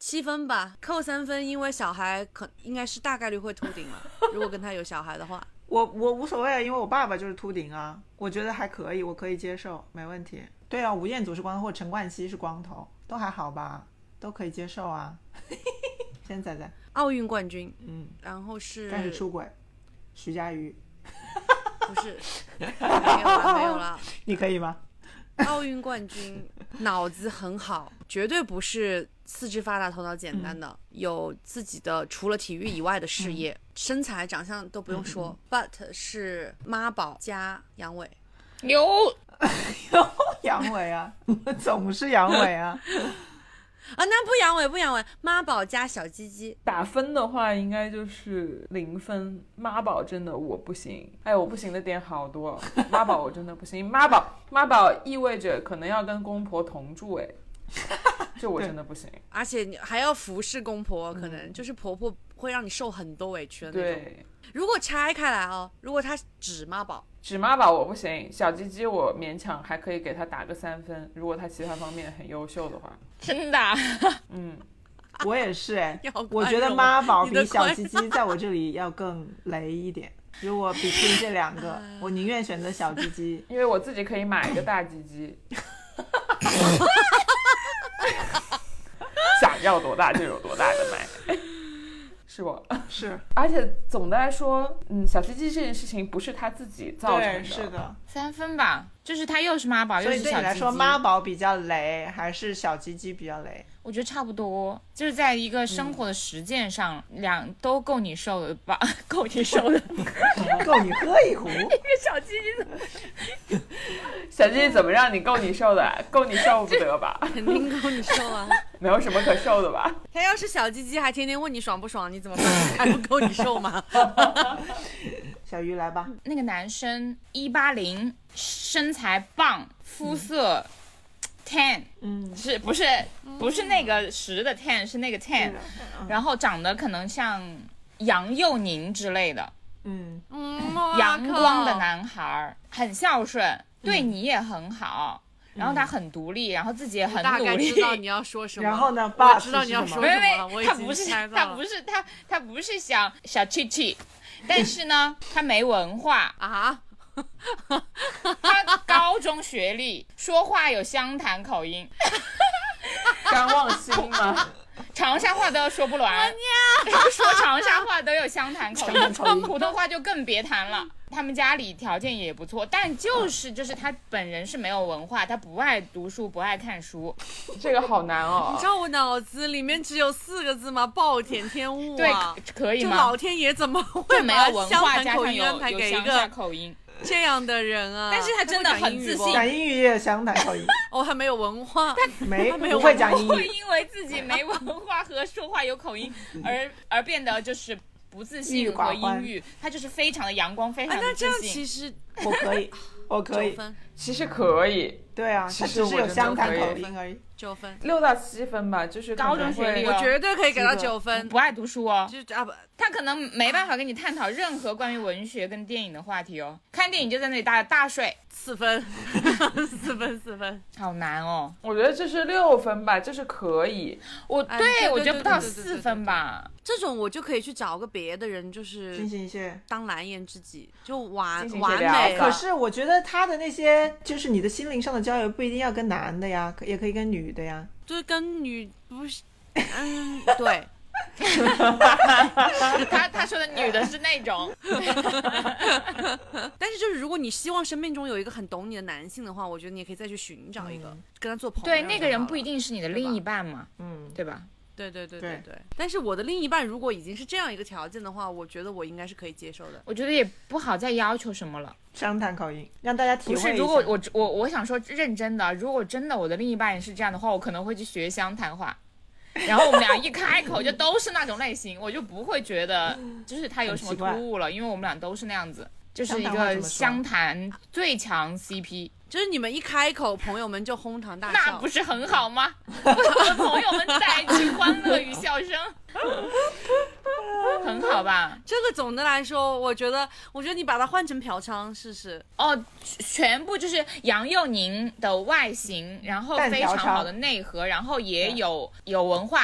Speaker 4: 七分吧，扣三分，因为小孩可应该是大概率会秃顶了。如果跟他有小孩的话，
Speaker 1: 我我无所谓，因为我爸爸就是秃顶啊，我觉得还可以，我可以接受，没问题。对啊，吴彦祖是光头，或者陈冠希是光头，都还好吧，都可以接受啊。 现在在，
Speaker 4: 奥运冠军，
Speaker 1: 嗯，
Speaker 4: 然后是
Speaker 1: 但是出轨，徐佳 瑜，
Speaker 4: 不是没有了没有了，
Speaker 1: 你可以吗？
Speaker 4: 奥运冠军，脑子很好，绝对不是四肢发达头脑简单的，有自己的除了体育以外的事业，身材长相都不用说、b u t 是妈宝加阳痿。
Speaker 3: 有
Speaker 1: 阳痿啊，总是阳痿啊。
Speaker 4: 啊，那不阳痿不阳痿，妈宝加小鸡鸡，
Speaker 2: 打分的话，应该就是零分。妈宝真的我不行，哎，我不行的点好多。妈宝我真的不行，妈宝妈宝意味着可能要跟公婆同住，哎，这我真的不行。
Speaker 4: 而且你还要服侍公婆，可
Speaker 1: 嗯
Speaker 4: 能就是婆婆会让你受很多委屈的那种。
Speaker 2: 对，
Speaker 4: 如果拆开来哦，如果他只妈宝，
Speaker 2: 纸妈宝我不行，小鸡鸡我勉强还可以给他打个三分，如果他其他方面很优秀的话，
Speaker 3: 真的啊、
Speaker 2: 嗯，
Speaker 1: 我也是哎
Speaker 4: 要宽，容
Speaker 1: 我觉得妈宝
Speaker 4: 你的
Speaker 1: 比
Speaker 4: 宽
Speaker 1: 小鸡鸡在我这里要更雷一点。如果比拼这两 个，我宁愿选择小鸡 鸡。
Speaker 2: 因为我自己可以买一个大鸡鸡， 想要多大就有多大的买， 是不？
Speaker 1: 是
Speaker 2: 而且总的来说，嗯，小鸡鸡这件事情不是他自己造成
Speaker 1: 对，是的。
Speaker 3: 三分吧，就是他又是妈宝，又
Speaker 1: 所
Speaker 3: 是
Speaker 1: 以
Speaker 3: 小
Speaker 1: 对你来
Speaker 3: 鸡
Speaker 1: 说，
Speaker 3: 鸡
Speaker 1: 妈宝比较雷，还是小鸡鸡比较雷？
Speaker 3: 我觉得差不多，就是在一个生活的实践上，两都够你受的
Speaker 1: 嗯
Speaker 3: 吧，够你受的。一个
Speaker 1: 够你喝一壶。
Speaker 3: 小鸡鸡怎么
Speaker 2: 小鸡鸡怎么让你够你受的啊？够你受不得吧？
Speaker 4: 肯定够你受 啊。
Speaker 2: 没有什么可受的吧？
Speaker 4: 他要是小鸡鸡，还天天问你爽不爽，你怎么办？还不够你受吗？
Speaker 1: 小鱼来吧，
Speaker 3: 那个男生一八零，身材棒，肤色 tan，
Speaker 1: 嗯，
Speaker 3: 是不是不是那个十的 tan，是那个 tan，然后长得可能像杨佑宁之类的，
Speaker 1: 嗯，
Speaker 4: 嗯，哇
Speaker 3: 阳光的
Speaker 4: 靠
Speaker 3: 男孩儿，很孝顺，对你也很好，然后他很独立，然后自己也很
Speaker 4: 大
Speaker 3: 努
Speaker 4: 概
Speaker 3: 力
Speaker 4: 知。道你要说什么。
Speaker 1: 然后呢
Speaker 4: 我
Speaker 1: buff
Speaker 4: 知道
Speaker 1: 是
Speaker 4: 你要
Speaker 1: 什
Speaker 4: 说
Speaker 1: 么
Speaker 3: 没
Speaker 4: 什
Speaker 3: 没
Speaker 4: 么了，我已
Speaker 3: 他
Speaker 4: 经
Speaker 3: 不是
Speaker 4: 猜到
Speaker 3: 他
Speaker 4: 了
Speaker 3: 不是他他不是想小气气，但是呢，他没文化，
Speaker 4: 啊，
Speaker 3: 他高中学历，说话有湘潭口音，
Speaker 2: 张望星吗？
Speaker 3: 长沙话都说不完，说长沙话都有湘潭 口
Speaker 2: 湘潭口音
Speaker 3: 音，普通话就更别谈了。他们家里条件也不错，但就是就是他本人是没有文化，他不爱读书，不爱看书，
Speaker 2: 这个好难哦
Speaker 4: 你知。道我脑子里面只有四个字吗？暴殄天物
Speaker 3: 对
Speaker 4: 啊！，
Speaker 3: 可以
Speaker 4: 就
Speaker 3: 吗
Speaker 4: 老？天爷怎么会
Speaker 3: 就没
Speaker 4: 把
Speaker 3: 有文
Speaker 4: 湘
Speaker 3: 化，
Speaker 4: 潭
Speaker 3: 加
Speaker 4: 口
Speaker 3: 上
Speaker 4: 音安
Speaker 3: 有
Speaker 4: 排
Speaker 3: 有
Speaker 4: 给一
Speaker 3: 乡下
Speaker 4: 个
Speaker 3: 口音，
Speaker 4: 这样的人啊？
Speaker 3: 但是他真的
Speaker 4: 会讲
Speaker 3: 很
Speaker 4: 英语
Speaker 3: 自
Speaker 4: 不
Speaker 3: 信
Speaker 1: 嗯讲英语也湘潭 口音，
Speaker 4: 哦，他没有文化，
Speaker 1: 没
Speaker 4: 他没有
Speaker 1: 不会讲英
Speaker 3: 不会
Speaker 1: 语，
Speaker 3: 因为自己没文化和说话有口音而而变得就是不自
Speaker 1: 郁
Speaker 3: 信
Speaker 1: 寡
Speaker 3: 和
Speaker 1: 欢
Speaker 3: 阴 郁，他就是非常的阳光，非
Speaker 4: 啊，
Speaker 3: 常
Speaker 4: 那
Speaker 3: 的
Speaker 4: 这
Speaker 3: 自
Speaker 4: 样
Speaker 3: 信。
Speaker 4: 其实
Speaker 1: 我可以，我可
Speaker 4: 九
Speaker 1: 以，
Speaker 4: 分，
Speaker 2: 其实可以，
Speaker 1: 对啊，
Speaker 2: 其
Speaker 1: 他
Speaker 2: 实
Speaker 1: 只是
Speaker 2: 我
Speaker 1: 有
Speaker 2: 真的
Speaker 1: 湘潭
Speaker 2: 可以
Speaker 1: 口音而已。
Speaker 4: 九分，
Speaker 2: 六到七分吧，就是可
Speaker 3: 高
Speaker 2: 能
Speaker 3: 中学
Speaker 2: 会
Speaker 3: 历
Speaker 4: 我
Speaker 3: 哦
Speaker 4: 绝对可以给到
Speaker 1: 这个
Speaker 4: 九分
Speaker 3: 不。爱读书哦，
Speaker 4: 就啊不，
Speaker 3: 他可能没办法跟你探讨任何关于文学跟电影的话题哦。看电影就在那里大大睡，
Speaker 4: 四 分，四分，四分。
Speaker 3: 好难哦。
Speaker 2: 我觉得这是六分吧，就是可以。
Speaker 3: 我
Speaker 4: 哎对对
Speaker 3: 我觉得
Speaker 4: 对
Speaker 3: 不到
Speaker 4: 对对对
Speaker 3: 四
Speaker 4: 对
Speaker 3: 分吧。
Speaker 4: 这种我就可以去找个别的人，就是
Speaker 1: 进行一些
Speaker 4: 当蓝颜知己，就完
Speaker 2: 进行一些
Speaker 4: 完
Speaker 2: 聊
Speaker 4: 美
Speaker 2: 骚
Speaker 1: 可
Speaker 4: 了。
Speaker 1: 是我觉得他的那些，就是你的心灵上的交流，不一定要跟男的呀，可也可以跟女的呀。
Speaker 4: 就是跟女不是，嗯，对，
Speaker 3: 他他说的女的是那 种，
Speaker 4: 但是就是如果你希望生命中有一个很懂你的男性的话，我觉得你也可以再去寻找一个、
Speaker 2: 嗯
Speaker 4: 跟他做朋友。
Speaker 3: 对那个人不一
Speaker 4: 定。
Speaker 3: 定是你的另一半嘛，
Speaker 1: 嗯，
Speaker 3: 对吧？
Speaker 4: 对对对
Speaker 1: 对
Speaker 4: 对。但是我的另一半如果已经是这样一个条件的话，我觉得我应该是可以接受的。
Speaker 3: 我觉得也不好再要求什么了。
Speaker 1: 湘潭口音，让大家体会
Speaker 3: 不是，
Speaker 1: 一下。
Speaker 3: 如果我我我想说认真的，啊如果真的我的另一半也是这样的话，我可能会去学湘潭话，然后我们俩一开口就都是那种类型，我就不会觉得就是他有什么
Speaker 1: 很奇
Speaker 3: 突
Speaker 1: 怪
Speaker 3: 兀了，因为我们俩都是那样子，就是一
Speaker 1: 湘潭话怎
Speaker 3: 个
Speaker 1: 么说
Speaker 3: 湘潭最强 CP，
Speaker 4: 就是你们一开口，朋友们就哄堂大
Speaker 3: 那
Speaker 4: 笑
Speaker 3: 不。是很好吗？我和朋友们在一起欢乐与笑声， 很好吧？
Speaker 4: 这个总的来说，我觉得，我觉得你把它换成嫖娼试试，
Speaker 3: 哦，全部就是杨佑宁的外形，然后
Speaker 1: 淡
Speaker 3: 非
Speaker 1: 调
Speaker 3: 常
Speaker 1: 查
Speaker 3: 好的内核，然后也有有文化，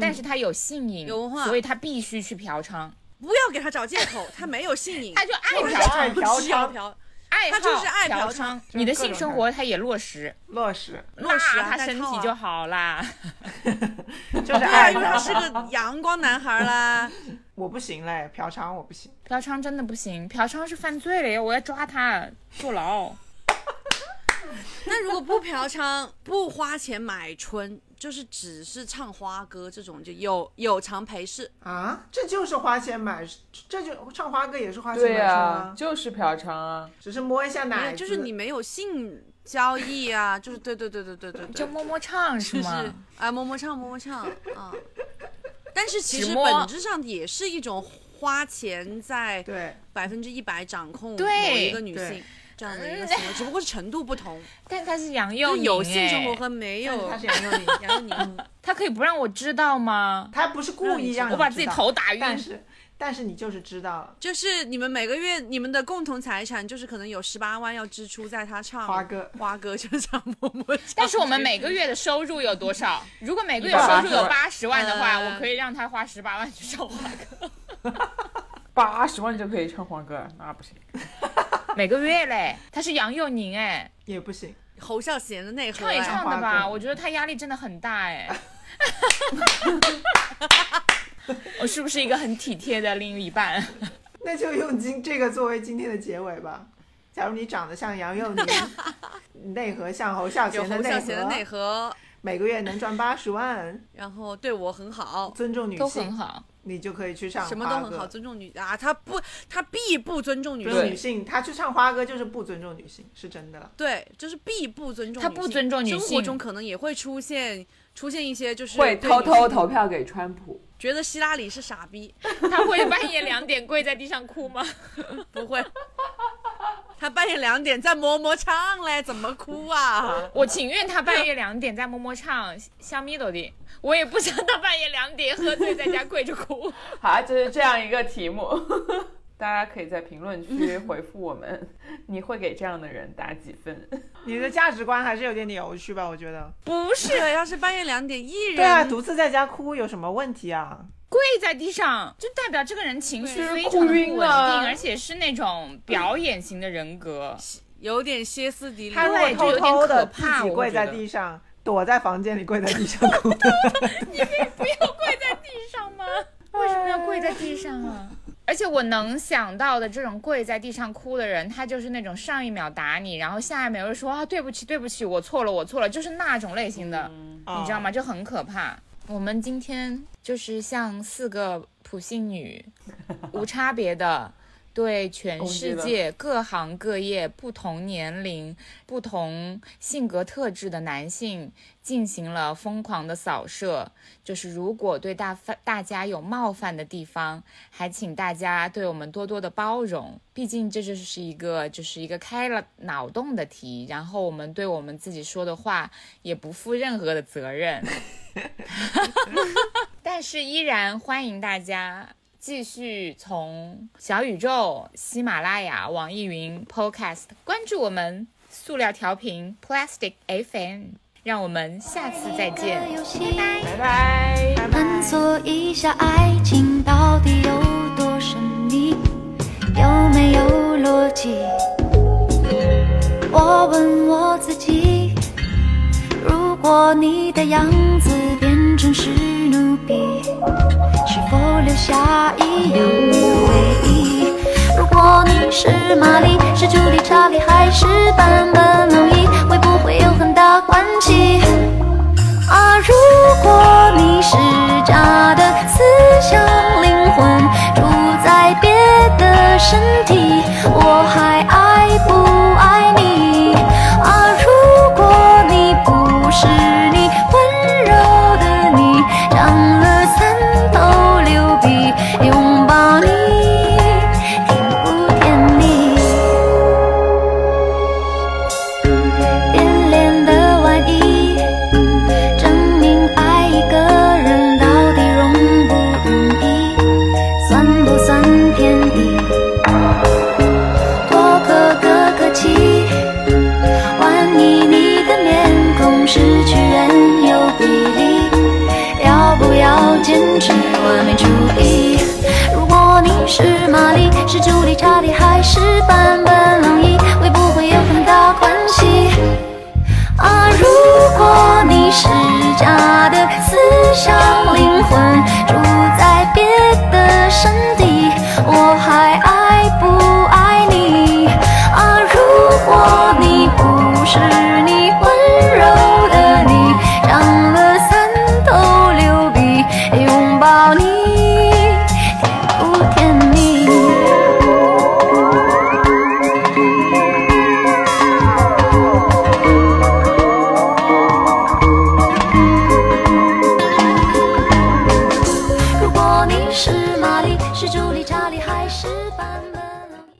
Speaker 3: 但是他有性瘾，
Speaker 4: 有文化
Speaker 3: 所以他必须去嫖娼，
Speaker 4: 不要给他找借口，他没有性瘾，
Speaker 3: 他就爱
Speaker 1: 就
Speaker 3: 嫖
Speaker 1: 是
Speaker 3: 娼，
Speaker 1: 嫖娼
Speaker 4: 嫖嫖，
Speaker 3: 爱好
Speaker 4: 他就是爱
Speaker 3: 嫖
Speaker 4: 嫖娼
Speaker 3: 你的
Speaker 2: 就是各种
Speaker 3: 性生
Speaker 2: 嫖
Speaker 3: 活他也落实，
Speaker 1: 落实，
Speaker 4: 落实啊
Speaker 3: 那他身体就好啦。
Speaker 1: 就是
Speaker 4: 对啊，
Speaker 1: 爱
Speaker 4: 因 为他是
Speaker 1: 他。
Speaker 4: 个阳光男孩啦。
Speaker 1: 我不行嘞，嫖娼我不行。
Speaker 3: 嫖娼真的不行，嫖娼是犯罪了呀，我要抓他坐牢。
Speaker 4: 那如果不嫖娼，不花钱买春，就是只是唱花歌这种，就有有偿陪侍。
Speaker 1: 啊，这就是花钱买，这就唱花歌也是花钱
Speaker 2: 对
Speaker 1: 买
Speaker 2: 啊
Speaker 1: 啊，，
Speaker 2: 就是嫖娼啊。
Speaker 1: 只是摸一下
Speaker 4: 没
Speaker 1: 奶子，
Speaker 4: 有，就是你没有性交易啊，就是对对对对对对对，
Speaker 3: 就摸摸唱是
Speaker 4: 就
Speaker 3: 吗？
Speaker 4: 是啊，摸摸唱，摸摸唱啊。但是其
Speaker 3: 只
Speaker 4: 实
Speaker 3: 摸
Speaker 4: 本质上也是一种花钱在
Speaker 1: 对，
Speaker 4: 百分之一百掌控某
Speaker 3: 对
Speaker 4: 一个女
Speaker 1: 对
Speaker 4: 性这样的一个行为，只不过是程度 不同，
Speaker 3: 但他是杨
Speaker 4: 就
Speaker 3: 佑
Speaker 4: 是
Speaker 3: 宁，
Speaker 4: 有性生活
Speaker 3: 哎
Speaker 4: 和没
Speaker 1: 但是
Speaker 4: 有
Speaker 1: 他。是杨佑宁，
Speaker 4: 杨佑宁，
Speaker 3: 他可以不让我知道吗？
Speaker 1: 他不是故意让你
Speaker 3: 我把自己
Speaker 1: 知道，
Speaker 3: 头打晕，
Speaker 1: 但是但是你就是知道了，
Speaker 4: 就是你们每个月你们的共同财产，就是可能有十八万要支出在他唱
Speaker 1: 花歌
Speaker 4: 花歌就是唱摸摸唱。
Speaker 3: 但是我们每个月的收入有多少？如果每个月收
Speaker 2: 180
Speaker 3: 入有八十万的话，
Speaker 4: 嗯
Speaker 3: 我可以让他花十八万去上花课。
Speaker 2: 八十万就可以唱欢歌，那不行。
Speaker 3: 每个月嘞，他是杨佑宁哎，
Speaker 1: 也不行。
Speaker 4: 侯孝贤的内核
Speaker 3: 唱一
Speaker 4: 哎，
Speaker 3: 唱的
Speaker 1: 花
Speaker 3: 吧，
Speaker 1: 歌
Speaker 3: 我觉得他压力真的很大哎。 我是不是一个很体贴的另一半？
Speaker 1: 那就用今这个作为今天的结尾吧。假如你长得像杨佑宁，内核像侯孝
Speaker 4: 有
Speaker 1: 贤的
Speaker 4: 侯
Speaker 1: 内
Speaker 4: 孝贤的内
Speaker 1: 核，
Speaker 4: 核，
Speaker 1: 每个月能赚八十万，
Speaker 4: 然后对我很好，
Speaker 1: 尊重女
Speaker 3: 都很
Speaker 1: 性，
Speaker 3: 好，
Speaker 1: 你就可以去上
Speaker 4: 什么都
Speaker 1: 花
Speaker 4: 很
Speaker 1: 歌
Speaker 4: 好，尊重女啊，他不，他必不尊重女
Speaker 1: 不
Speaker 4: 性
Speaker 1: 是。女性，她去唱花歌就是不尊重女性，是真的了。
Speaker 4: 对，就是必不尊重。
Speaker 3: 他不尊重女性
Speaker 4: 生活中可能也会出现出现一些，就是
Speaker 2: 会
Speaker 4: 对
Speaker 2: 偷
Speaker 4: 女
Speaker 2: 偷
Speaker 4: 性
Speaker 2: 投票给川普，
Speaker 4: 觉得希拉里是傻逼，
Speaker 3: 他会半夜两点跪在地上哭吗？
Speaker 4: 不会。 他半夜两点在摸摸唱嘞，怎么哭 啊？
Speaker 3: 我情愿他半夜两点在摸摸唱香蜜豆的，我也不想他半夜两点喝醉在家跪着哭。
Speaker 2: 好，就是这样一个题目。 大家可以在评论区回复我们，你会给这样的人打几分？
Speaker 1: 你的价值观还是有点扭曲吧？我觉得。
Speaker 4: 不是，要是半夜两点一人，
Speaker 1: 对啊，独自在家哭有什么问题啊？
Speaker 3: 跪在地上，就代表这个人情绪
Speaker 2: 对
Speaker 3: 非常
Speaker 2: 哭
Speaker 3: 不稳
Speaker 2: 晕
Speaker 3: 定，
Speaker 2: 了
Speaker 3: 而且是那种表演型的人格。
Speaker 4: 有点歇斯底里。
Speaker 1: 他如果
Speaker 3: 对
Speaker 1: 偷
Speaker 3: 这有点
Speaker 1: 偷的
Speaker 3: 可
Speaker 1: 自
Speaker 3: 怕
Speaker 1: 己
Speaker 3: 我
Speaker 1: 跪
Speaker 3: 觉
Speaker 1: 在
Speaker 3: 得
Speaker 1: 地上，躲在房间里跪在地上哭，
Speaker 3: 不要跪在地上吗？为什么要跪在地上啊？而且我能想到的这种跪在地上哭的人，他就是那种上一秒打你，然后下一秒又说啊对不起对不起，我错了我错了，就是那种类型的， 你知道
Speaker 2: 哦
Speaker 3: 吗？就很可怕。我们今天就是像四个普 信女，无差别的对全世
Speaker 2: 攻击
Speaker 3: 界各行各业、不同年龄、不同性格特质的男性进行了疯狂的扫射。就是如果对大犯大家有冒犯的地方，还请大家对我们多多的包容。毕竟这就是一个就是一个开了脑洞的题，然后我们对我们自己说的话也不负任何的责任。 但是依然欢迎大家继续从小宇宙、喜马拉雅、网易云 Podcast 关注我们塑料调频 Plastic FM，让我们下次再见。
Speaker 5: 游戏，
Speaker 2: 拜拜。
Speaker 5: 探索一下爱情到底有多神秘，有没有逻辑？我问我自己，如果你的样子变成史努比，是否留下一样的回忆？如果你是玛丽，是朱莉、查理还是版本龙一，会不会有很大关系？啊，如果你是假的思想灵魂，住在别的身体，我还爱不爱你？啊，如果你不是你，温柔的你，长了三头六臂，拥抱你，甜不甜蜜？变脸的外衣。证明爱一个人到底容不容易，算不算天敌？多客个客气，万一你的面孔失去原有比例，要不要坚持完美主义？如果你是玛丽，是朱莉、查理还是版本龙一，会不会有很大关系？啊，如果你是假的思想灵魂，住在别的身体，我还爱不爱你？啊，如果你不是你温柔的你，长了三头六臂，拥抱你，甜不甜蜜？如果你是玛丽，是朱莉、查理还是版本？